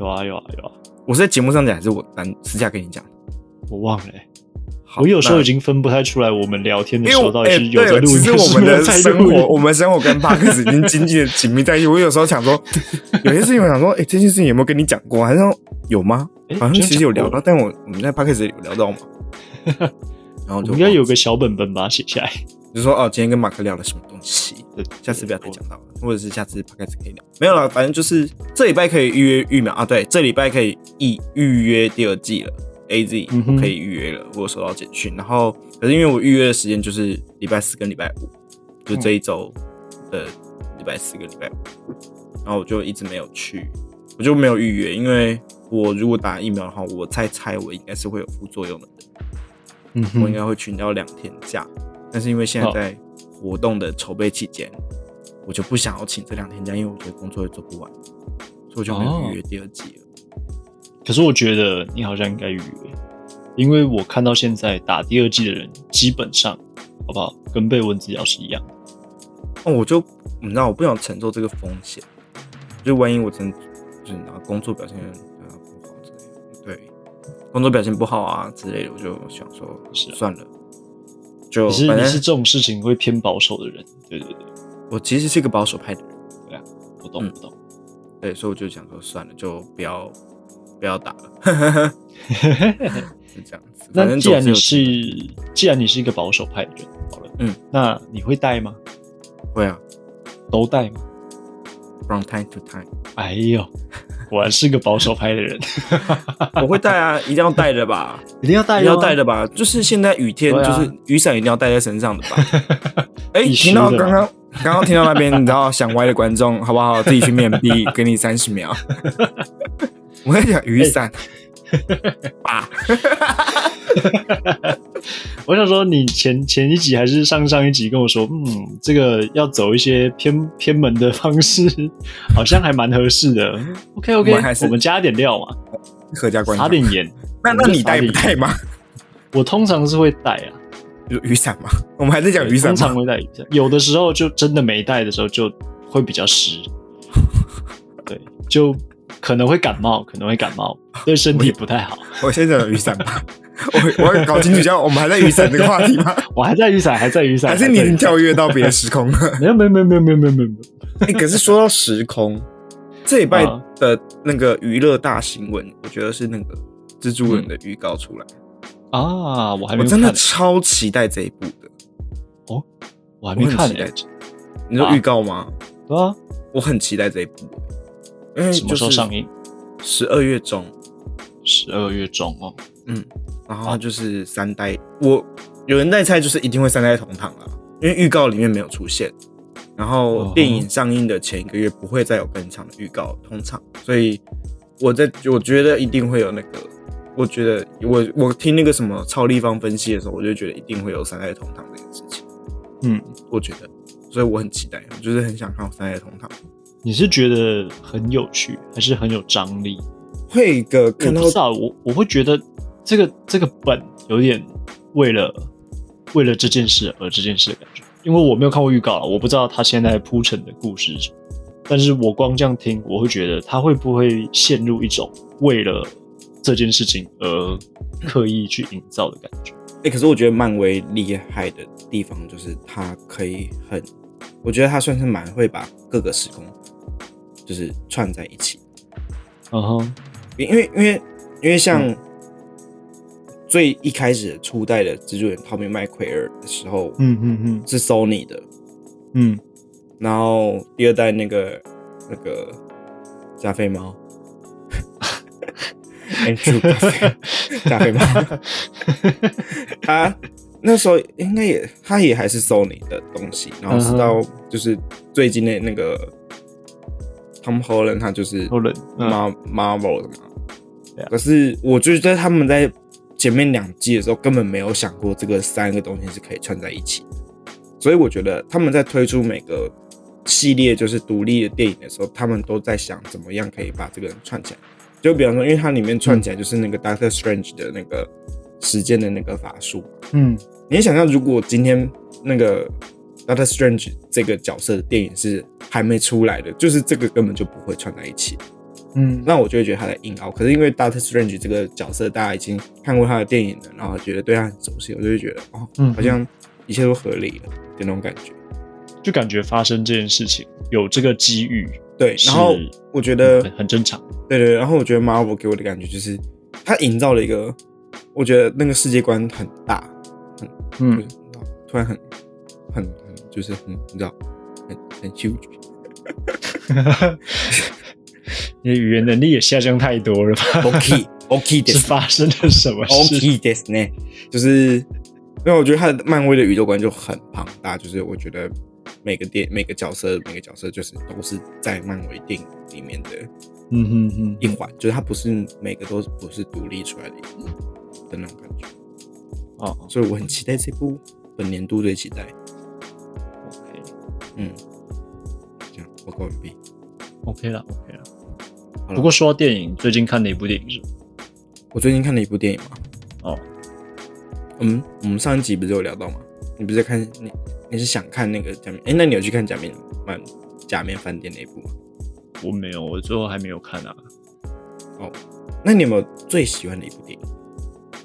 有啊有啊有啊，
我是在节目上讲，还是我单私下跟你讲？
我忘了、欸。
好
我有时候
那
已经分不太出来，我们聊天的
因
时
为
候
我
到底
哎、
是有在
对
录
其
音，
实我
还 是
们
没有
的
在
生
录音
活，我们生活跟 p a r k 已经紧紧的紧密在一起。我有时候想 说，有些事情我想说，哎、这件事情有没有跟你讲过？好像有吗？
哎
好像其实有聊
真的
到，但我我们在 p a r k 有聊 到嘛？然后就
假的我应该
忘记
有个小本本把它写下来。
就说哦，今天跟马克聊了什么东西，
对
下次不要再讲到了，或者是下次开始可以聊。没有了，反正就是这礼拜可以预约疫苗啊，对，这礼拜可以预预约第二季了，A Z
嗯哼
可以预约了，我有收到简讯。然后可是因为我预约的时间就是礼拜四跟礼拜五，就这一周的礼拜四跟礼拜五，然后我就一直没有去，我就没有预约，因为我如果打疫苗的话，我再猜我应该是会有副作用的，
嗯
我应
哼，
该会请到两天假。但是因为现在
好
在活动的筹备期间，我就不想要请这两天假，因为我觉得工作也做不完，所以我就没
哦
有预约第二季了。
可是我觉得你好像应该预约，因为我看到现在打第二季的人基本上，好不好，跟被蚊子咬是一样
哦
的。
那、我就你知道，我不想承受这个风险，就万一我真就是拿工作表现啊不好之类的，对，工作表现不好啊之类的，我就想说
是啊
算了，就
你是
反
你
正
是这种事情会偏保守的人，对对对，
我其实是一个保守派的人，
我懂
嗯
我懂。
对，所以我就想说算了，就不要不要打 了，是这样子。反
那
正
既然
总
你
之有
是既然你是一个保守派的人，好了，
嗯，
那你会戴吗？
会啊
都戴吗？
，from time to time，
哎 呦，果然是个保守派的人，
我会带啊，一定要带的 吧，
一定要戴
一定要带的吧，就是现在雨天，
哎对
就
啊
是雨伞一定要带在身上的吧。 哎，
必须
听到
的
刚刚刚刚听到那边，你知道想歪的观众，好不好？自己去面壁，给你三十秒。 我在讲雨伞，
哎我想说，你前前一集还是上上一集跟我说，嗯，这个要走一些偏偏门的方式，好像还蛮合适的。OK
我
OK，
们还是
我们加点料嘛，
合家观
撒
众。
点盐。
那那你带
我
不
们就撒
带
点盐
吗？
我通常是会带啊，
有雨伞吗？我们还在讲雨
对
伞
通常
吗？
会带雨伞，有的时候就真的没带的时候就会比 较湿，对，就可能会感冒，可能会感冒，对身体不太好。
我先讲雨伞吧。 我我要搞清楚一下，我们还在雨伞这个话题 吗？
我还在雨伞，还在雨伞，
还是你已经跳跃到别的时空了？
没有没有没有没有没有没有没有，
哎、可是说到时空，这礼拜
啊
的那个娱乐大新闻，我觉得是那个蜘蛛人的预告出来，
啊，我还没
我
有
真的
看呢
超期待这一部的。
我还没看呢、
我很期你说
啊
预告吗？
对啊，
我很期待这一部，因为
什么时候上？映？
十二月中，
十二月中哦。
然后它就是三代，我有人在猜，就是一定会三代同堂了，因为预告里面没有出现。然
哦
后电影上映的前一个月不会再有更长的预告，通常，所以我在我觉得一定会有那个，我觉得我我听那个什么超立方分析的时候，我就觉得一定会有三代同堂这件事情，
嗯，
我觉得，所以我很期待，我就是很想看三代同堂，
你是觉得很有趣，还是很有张力？
会个
我
看到
不知道，我我会觉得这个这个本有点为了为了这件事而这件事的感觉，因为我没有看过预告了，啊我不知道他现在铺陈的故事是什么。但是我光这样听，我会觉得他会不会陷入一种为了这件事情而刻意去营造的感觉？
哎、可是我觉得漫威厉害的地方就是它可以很，我觉得它算是蛮会把各个时空就是串在一起，
嗯哼，
因因为因为因为像最一开始的初代的蜘蛛人汤米麦奎尔的时候，
嗯嗯嗯
是 Sony 的，
嗯，
然后第二代那个那个加菲猫 ，Andrew 加菲加菲猫。
嗯
他那时候应该也，他也还是 Sony 的东西，然后直到就是最近的那个 Tom Holland，他就是
都冷，嗯
Mar Marvel 的嘛。
对啊
可是我觉得他们在前面两季的时候根本没有想过这个三个东西是可以串在一起的，所以我觉得他们在推出每个系列就是独立的电影的时候，他们都在想怎么样可以把这个人串起来。就比方说，因为它里面串起来就是那个 Doctor Strange 的那个时间的那个法术嘛，
嗯
你想象，如果今天那个 Doctor Strange 这个角色的电影是还没出来的，就是这个根本就不会串在一起，
嗯，
那我就会觉得他在硬凹。可是因为 Doctor Strange 这个角色大家已经看过他的电影了，然后觉得对他很熟悉，我就会觉得哦，
嗯
好像一切都合理了的那种感觉。
就感觉发生这件事情有这个机遇，
对，然后
是
我觉得
很很正常。
对对，对然后我觉得 Marvel 给我的感觉就是，他营造了一个，我觉得那个世界观很大，就
嗯
是，突然很很很就是很你知道，很很 huge。
你的语言能力也下降太 多了吧？
OK OK
是
です
发生了什么事？
OK ですね，就是因为我觉得他的漫威的宇宙观就很庞大，就是我觉得每个电每个角色每个角色就是都是在漫威电影里面的
嗯哼哼，
一环，就是它不是每个都不是独立出来的一部的那种感觉，
哦
所以我很期待这部，本年度最期待。嗯，这样报告完毕。
，OK，OK 了，OK 了。
好了
不过说到电影，最近看的一部电影是
我最近看了一部电影嘛，
哦，
嗯，我们上一集不是有聊到吗？你不是在看你你是想看那个假面？哎、那你有去看假面漫假面饭店那一部吗？
我没有，我最后还没有看啊。
那你有没有最喜欢的一部电影？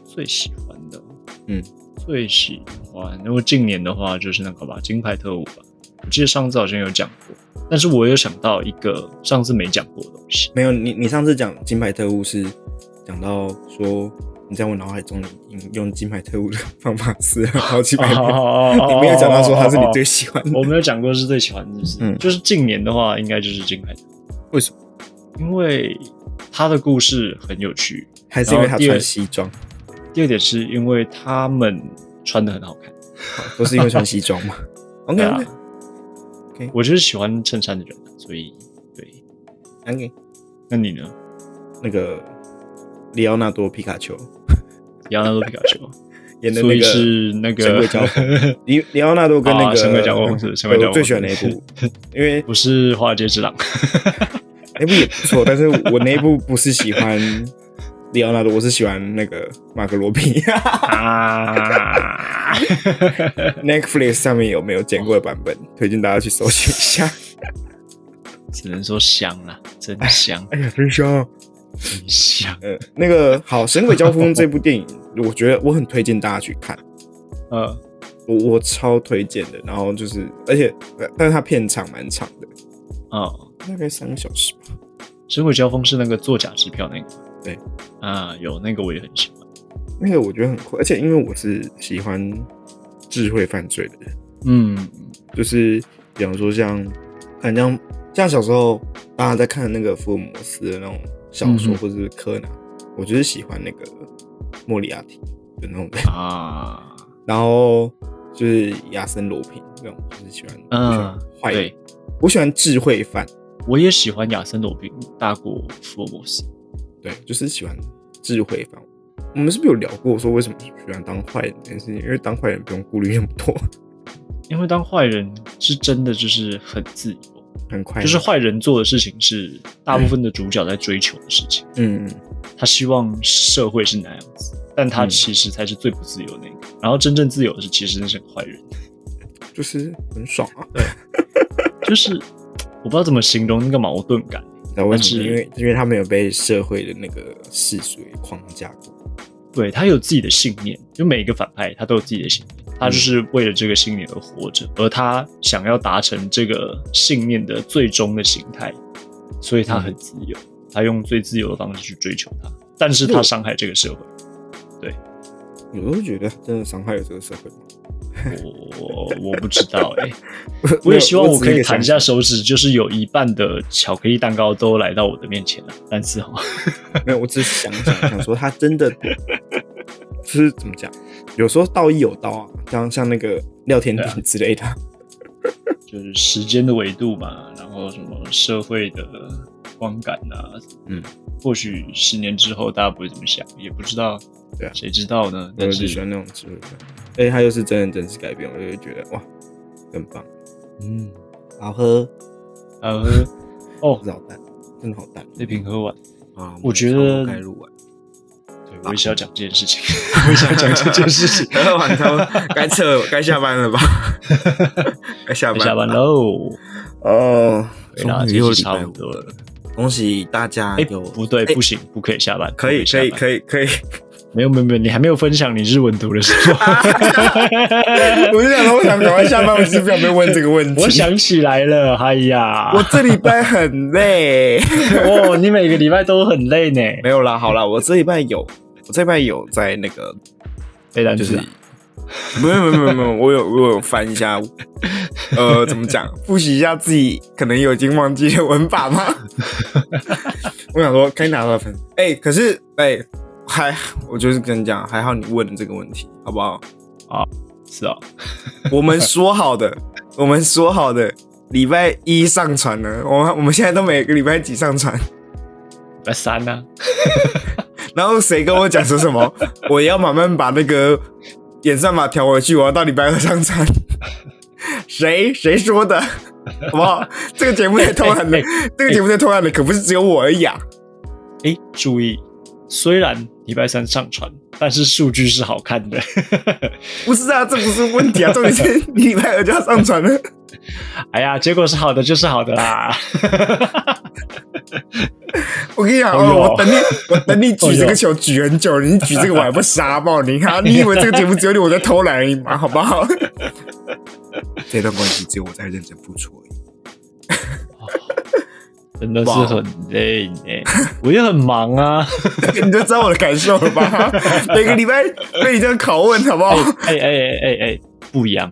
最喜欢的，
嗯，
最喜欢。如果近年的话，就是那个吧，《金牌特务》吧。我记得上次好像有讲过，但是我有想到一个上次没讲过的东西。
没有，你你上次讲《金牌特务》是讲到说你在我脑海中引用《金牌特务》的方法是好几百遍，
哦
你没有讲到说它是你最喜欢的
我没有讲过是最喜欢的，就是、
嗯
就是近年的话，应该就是《金牌特务》。
为什
么？因为他的故事很有趣。
还是因为他穿西装？
第二点是因为他们穿的很好看。
都是因为穿西装嘛？OK
对啊
OK
我就是喜欢衬衫的人，所以对。
OK，
那你呢？
那个里奥纳多皮卡丘
里奥纳多皮卡丘。
演的
所
那
以
个
是那个
神鬼交锋，里里奥纳多跟那
啊
个呃
神鬼交锋是神鬼交锋
我最喜欢那一部，因为
不是华尔 街之狼，
那部也不错，但是我那一部不是喜欢 里奥纳多，我是喜欢那个马格罗比。
啊，
Netflix 上面有没有剪过的版本？推荐大家去搜寻一 下。
只能说香啦，真 香，
哎呀，真香！
真香。
呃，那个好，《神鬼交锋》这部电影，我觉得我很推荐大家去看，
呃，
嗯我我超推荐的。然后就是，而且，呃但是它片长蛮长的，
哦，
大概三个小时吧。
神鬼交锋是那个作假支票那个，
对，
啊，有那个我也很喜欢，
那个我觉得很酷，而且因为我是喜欢智慧犯罪的人，
嗯，
就是比方说像，很像像小时候大家在看那个福尔摩斯的那种小说，
嗯哼
或者是柯南，我就是喜欢那个莫里亚蒂的那种人，
啊，
然后就是亚森罗平那种，就是喜欢，我喜欢
嗯，
坏人，
对，
我喜欢智慧犯，
我也喜欢亚森罗宾大过福尔摩斯，
对，就是喜欢智慧犯。我们是不是有聊过说为什么喜欢当坏人这件事情？因为当坏人不用顾虑那么多，
因为当坏人是真的就是很自由，
很快乐
就是坏人做的事情是大部分的主角在追求的事情。
嗯嗯
他希望社会是那样子，但他
嗯
其实才是最不自由的那个。然后真正自由的是，其实那是个坏人，
就是很爽啊。
就是我不知道怎么形容那个矛盾感。
你知道为什么？
但是
因为因为他没有被社会的那个世俗给框架过。
对他有自己的信念，就每一个反派他都有自己的信念，他就是为了这个信念而活着，而他想要达成这个信念的最终的形态，所以他很自由，他用最自由的方式去追求它，但是他伤害这个社会。
有时候觉得他真的伤害了这个社会吗？
我我我不知道哎、我也希望我可以弹一下
手。
手指，就是有一半的巧克力蛋糕都来到我的面前了。但是哦，
没有，我只是想想想说，他真的就是怎么讲？有时候道义有道啊，像像那个廖天
啊
鼎之类的，
就是时间的维度嘛，然后什么社会的观感啊，
嗯，
或许十年之后大家不会怎么想，也不知道，
对啊
谁知道呢？
我
但
只喜
是，
欢那种智慧的。而且他又是真人真事改编，我就会觉得哇，很棒，
嗯，
好喝
呃，哦，
是好淡，真的好淡
那瓶喝完，
啊！
我觉得
该录 完，。
对我也是要讲这件事情，我也是要讲这件事情
喝完之后该撤，该下班 了吧？该下班，
下班。喽，
哦，
对啦，
终于
这
又
期
礼
差
拜
不
五
多了。
恭喜大家
哎，
有、
不对，不行，不可以下班。
可以可以
以，
可以 可以，
没有没有没有，你还没有分享你日文读的时候。
啊我就想说，我想赶快下班，我是不想被问这个问题。
我，想起来了，哎 呀，
我这礼拜很累，
哦，你每个礼拜都很累呢，
没有啦，好啦，我这礼拜有，我这礼拜有在那个，
被单
就
词
是
啊。
没有没有没有没有，我有我有翻一下，呃，怎么讲，复习一下自己可能有已经忘记的文法 吗？我想说，该拿到分，哎、可是哎、还我就是跟你讲，还好你问了这个问题，好不好？
是啊，
我们说好的，我们说好的礼拜一上传呢，我们我们现在都每个礼拜几上传，
礼拜三啊呢、
然后谁跟我讲说什 么，我要慢慢把那个演算法调回去，我要到礼拜二上传。 谁谁说的？好不好？这个节目在偷懒的
哎，
这个节目在偷懒的可不是只有我而已啊！
哎，注意，虽然礼拜三上传，但是数据是好看的。
不是啊，这不是问题啊，重点是你礼拜二就要上传了。
哎呀，结果是好的就是好的 啦。
我跟你讲
哎呦
哦，我等 你，我等你举这个
哎呦
球举很久了，你举这个我还不杀爆你 哈？你以为这个节目只有我在偷懒而已吗？好不好？ 这段关系只有我在认真付出而已。
真的是很累呢， 我也很忙啊。
你就知道我的感受了 吧？每个礼拜被你这样拷问，好不好？
哎哎哎哎哎，不一样。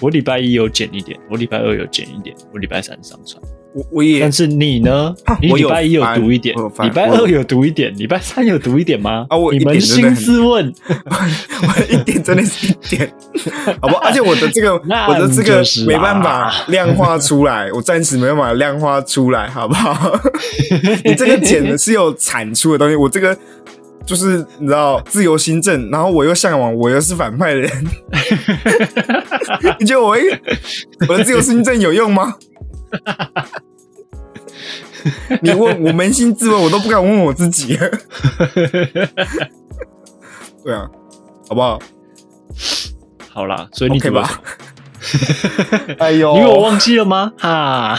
我礼拜一有减一点，我礼拜二有减一点，我礼拜三上传。
我我也
但是你呢
啊？
你
我
礼
有
拜一有
翻
读一点
我有，翻
礼拜
我有
二有读一点，礼拜三有读一点吗？
啊我一
你
点
扪
真的
心
很
自问，
我一点真的是一点，好 不好？而且我的这个，
那
我的这
你
个
就是啦啊
没办法量化出来，我暂时没办法量化出来，好不 好？你这个剪的是有产出的东西，我这个就是你知道自由新政，然后我又向往，我又是反派的 人，你觉得我会我的自由新政有用吗？你问我扪心自问，我都不敢问我自 己。对啊，好不好？
好啦，所以你
OK
怎么
吧？ 哎呦
你以为我忘记了吗？ 哈，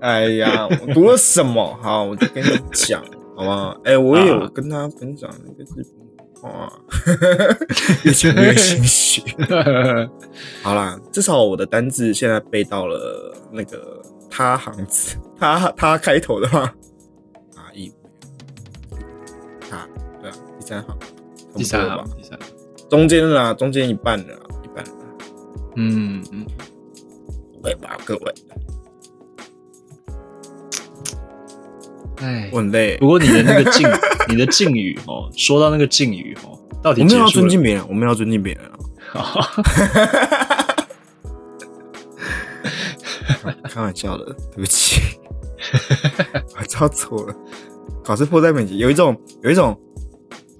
哎呀，我读了什么？ 好，我就跟你讲，好不好？哎、我也
啊
有跟他分享那个日本话， 越讲越心虚。 好啦，至少我的单字现在背到了那个他行字， 他他开头的话，啊一，啊对啊，第三行，
第三
行
行，，第三行，
中间的啦，中间一半的啦，一半的啦，
嗯嗯，
对吧，各位，
哎
我，很累
不。过你的那个敬， 你的敬语哦，说到那个敬语哦，到底
我啊
结
们要
束
尊
了？
敬别人，我们要尊敬别人啊！开玩笑的，对不起， 我知道错了。考试迫在眉睫，有一种，有一种，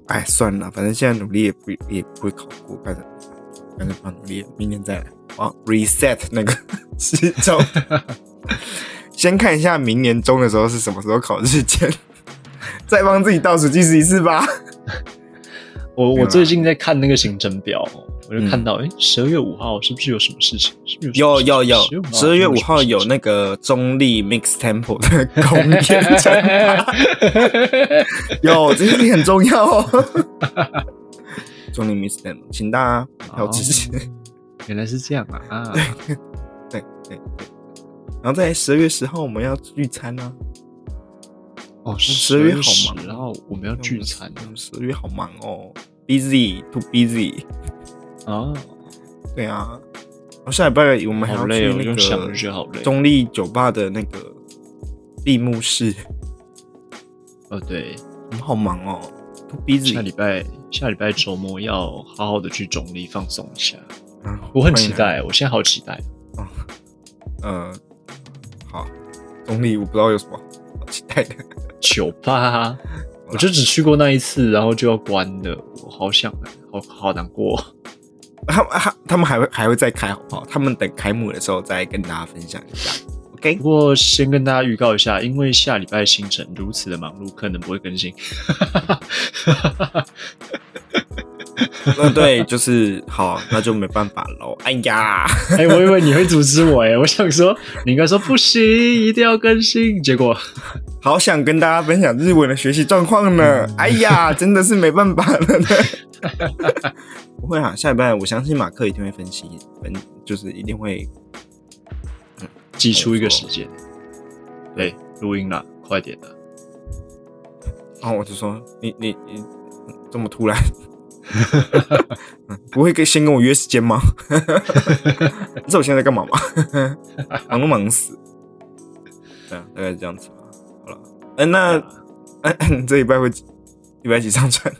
哎，算了，反正现在努力也不也不会考过，反正反正不要努力了，明年再来。我要 reset 那个 时 钟，先看一下明年中的时候是什么时候考日检， 再帮自己倒数计时一次吧。
我
没有
我
啦
最近在看那个行程表哦，我就
嗯
看到，哎，十二月五号是不是有什么事情？是不是
有
有
有有，十二月五号有那个中立 Mix Temple 的公演 展，有这件事很重要 哦。中立 Mix Temple，请大家买票支持。
哦原来是这样啊！啊，
对对对，然后在十二月十号我们要聚餐啊，
哦，
嗯十二月好
10
忙哦，嗯
然后我们要聚餐
我们十二月好忙哦，busy too busy。
啊，
对啊，然后下礼拜我们还
好
要
累
去
哦，
那
就想就觉
个
得好累。
中立酒吧的那个闭幕式。
哦，对，
我们好忙哦，都逼自
下礼
己。
拜下礼拜周末要好好的去中立放松一下，
啊
我很期。待，我现在好期待。
欢迎来呃，好，中立我不知道有什么好期待的。
酒吧，我就只去过那一次，然后就要关了，我好想，啊好好难过。
他们他他们还会还会再开好不好？他们等开幕的时候再跟大家分享一下。OK，
不过先跟大家预告一下，因为下礼拜行程如此的忙碌，可能不会更新。
那对，就是好，那就没办法喽。哎呀，
哎、我以为你会阻止我、哎，我想说你应该说不行，一定要更新。结果
好想跟大家分享日文的学习状况呢。哎呀，真的是没办法了呢。 不会啊，下礼拜我相信马克一定会分析，分就是一定会
挤出一个时间，对，录音啦，快点啦。
然后我就说：“你你你这么突然， 嗯不会跟先跟我约时间吗？ 你知道我现在在干嘛吗？忙都忙死。”对啊，大概是这样子吧。好了，嗯、那嗯、嗯这礼拜会礼拜几上传？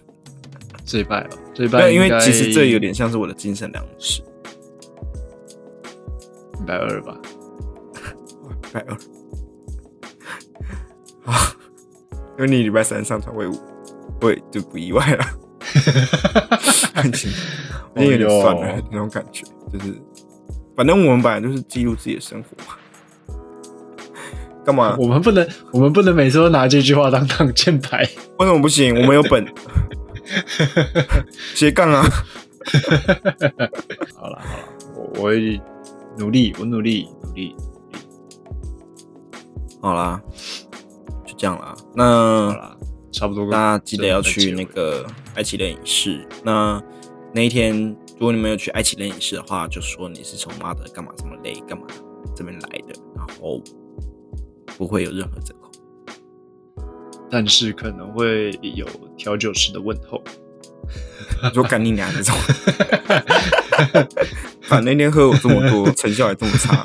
这一拜哦，这一拜
对，因为
应该
其实这有点像是我的精神粮食。
一百二吧。
拜二。好，因为你礼拜三上传魏武，我也就不意外了。 很轻松，我有点算
哎
了
呦
那种感觉，就是反正我们本来就是记录自己的生活嘛。干嘛？
我们不能，我们不能每次都拿这句话当挡箭牌。
为什么不行？我们有本斜杠啊！
好了好了，我我会努力，我努力努力。
好啦，就这样啦。
好
那
了，差不多。
大家记得要去那个爱奇艺影视。那那一天，如果你们有去爱奇艺影视的话，就说你是从妈的干嘛什么类干嘛这边来的，然后不会有任何折扣。
但是可能会有调酒师的问候。
你说干你娘这种，啊，那天喝我这么多，成效还这么差，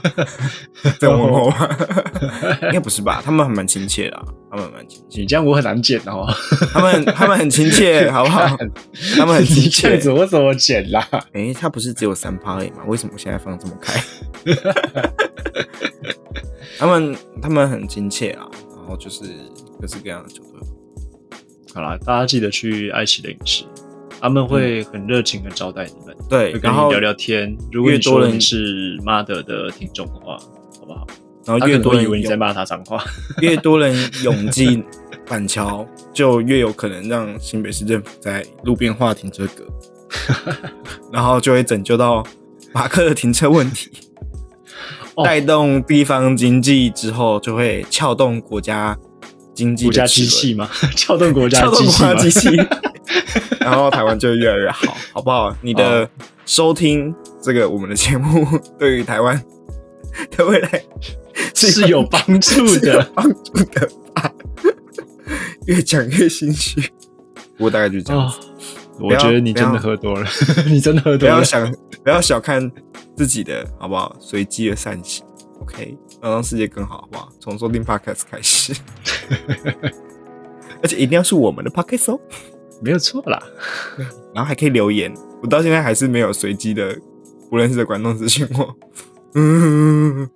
在问候吗？ 应该不是吧？他们还蛮亲切的啊、他们还蛮亲切，
你这样我很难剪 哦，
他们他们很亲切，好不好？他们很
你
亲
这
切
样。子我怎么剪啦？
诶，它不是只有三趴而已吗？为什么我现在放这么开？他们他们很亲切啊，然后就是各式各样的酒都有。
好啦，大家记得去爱奇艺饮食，他们会很热情的招待你们，
嗯对
会，跟
然
你
后
聊聊天。如果
越
你
多
说
人
你是 Mother 的听众的话，好不好？
然
他
后
可
越
能
多
会
人
以为你在
涌
骂他脏话。
越多人涌进板桥，就越有可能让新北市政府在路边画停车 格，然后就会拯救到马克的停车问题，
哦
带动地方经济之后，就会撬动国家经济
国
的
家
齿
机
轮
器吗？ 撬动国 家
撬动
机
国
器
家
吗？
机器，然后台湾就越来越好，好不好？你的收听这个我们的节目， 对于台湾的未来
是有帮助
是有
的。
帮助的吧？越讲越心虚。我大概就这样
哦
子，，
我觉得你真的喝多了， 你真的喝
啊不
多
要
了。
想，不要小看自己的，好不好？随机的善行，OK，要让世界更好，好不好？从收听 Podcast 开始，而且一定要是我们的 Podcast 哦。
没有错啦，
然后还可以留言。我到现在还是没有随机的不认识的观众私信我。嗯，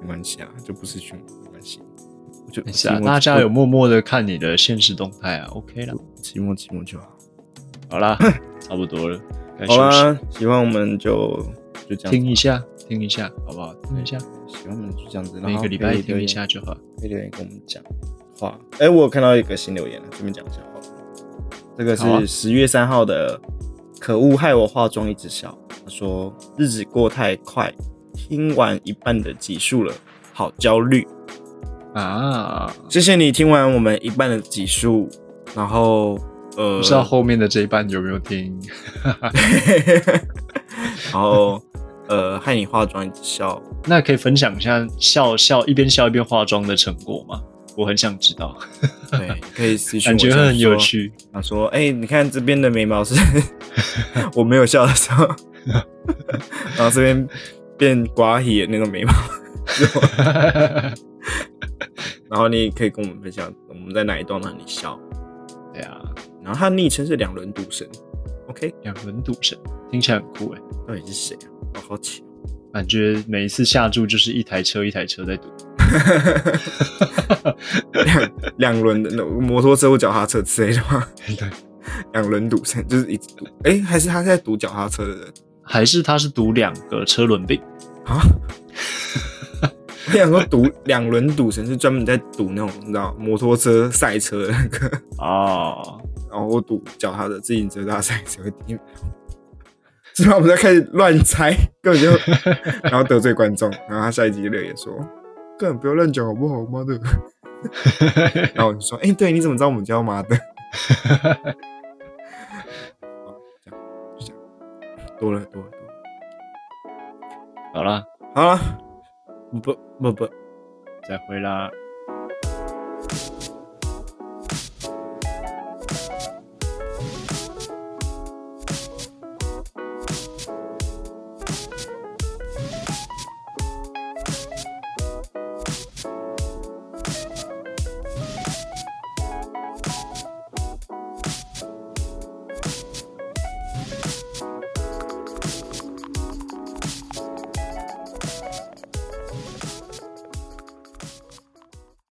没关系啊，就不是群，没关系。我嗯就
没事啊
寂，寞
大家有默默的看你的现实动态啊，OK 啦。
寂寞寂寞就好。
好 啦，差不多了，该
好
休息，
啦，喜欢我们就就这样子吧
听一，下，听一下，好不好？听一下，
喜欢我们就这样子，
每
然后
个礼
可
拜
以留
听一
言
下，就好。
可以留言跟我们讲话。哎、我有看到一个新留言了，顺便讲一下话。这个
好啊
是十月三号的，可恶，害我化妆一直笑。他说日子过太快，听完一半的集数了，好焦虑。
啊，
谢谢你听完我们一半的集数，然后呃
不，知道后面的这一半有没有听？
然后呃，害你化妆一直笑。
那可以分享一下笑笑一边笑一边化妆的成果吗？我很想知道，
对，可以私信
感
我
觉
这样
很有
说
趣。
他说：“哎、你看这边的眉毛是 我没有笑的时候，然后这边变刮黑的那种眉毛。然后你也可以跟我们分享我们在哪一段让你笑。
对啊，
然后他的昵称是两轮赌神，OK？
两轮赌神听起来很酷哎，
到底是谁啊？我好奇。
感觉每一次下注就是一台车一台车在 赌。
两两轮的那摩托车或脚踏车之类的吗？
对，
两轮赌神就是一直赌。哎、还是他在赌脚踏车的人
还是他是赌两个车轮饼？
啊？我想说赌两轮赌神是专门在赌那种你知道摩托车赛车的那个，
哦，
然后我赌脚踏车自行车大赛只会第一名。是吧？我们在开始乱猜，根本就然后得罪观众，然后他下一集就留言说：“根本不要乱讲好不好？妈的！”然后我就说：“哎、对，你怎么知道我们叫妈的？”好这样就这样，多了多了多了。
好啦，
好了，不不不，
再会啦，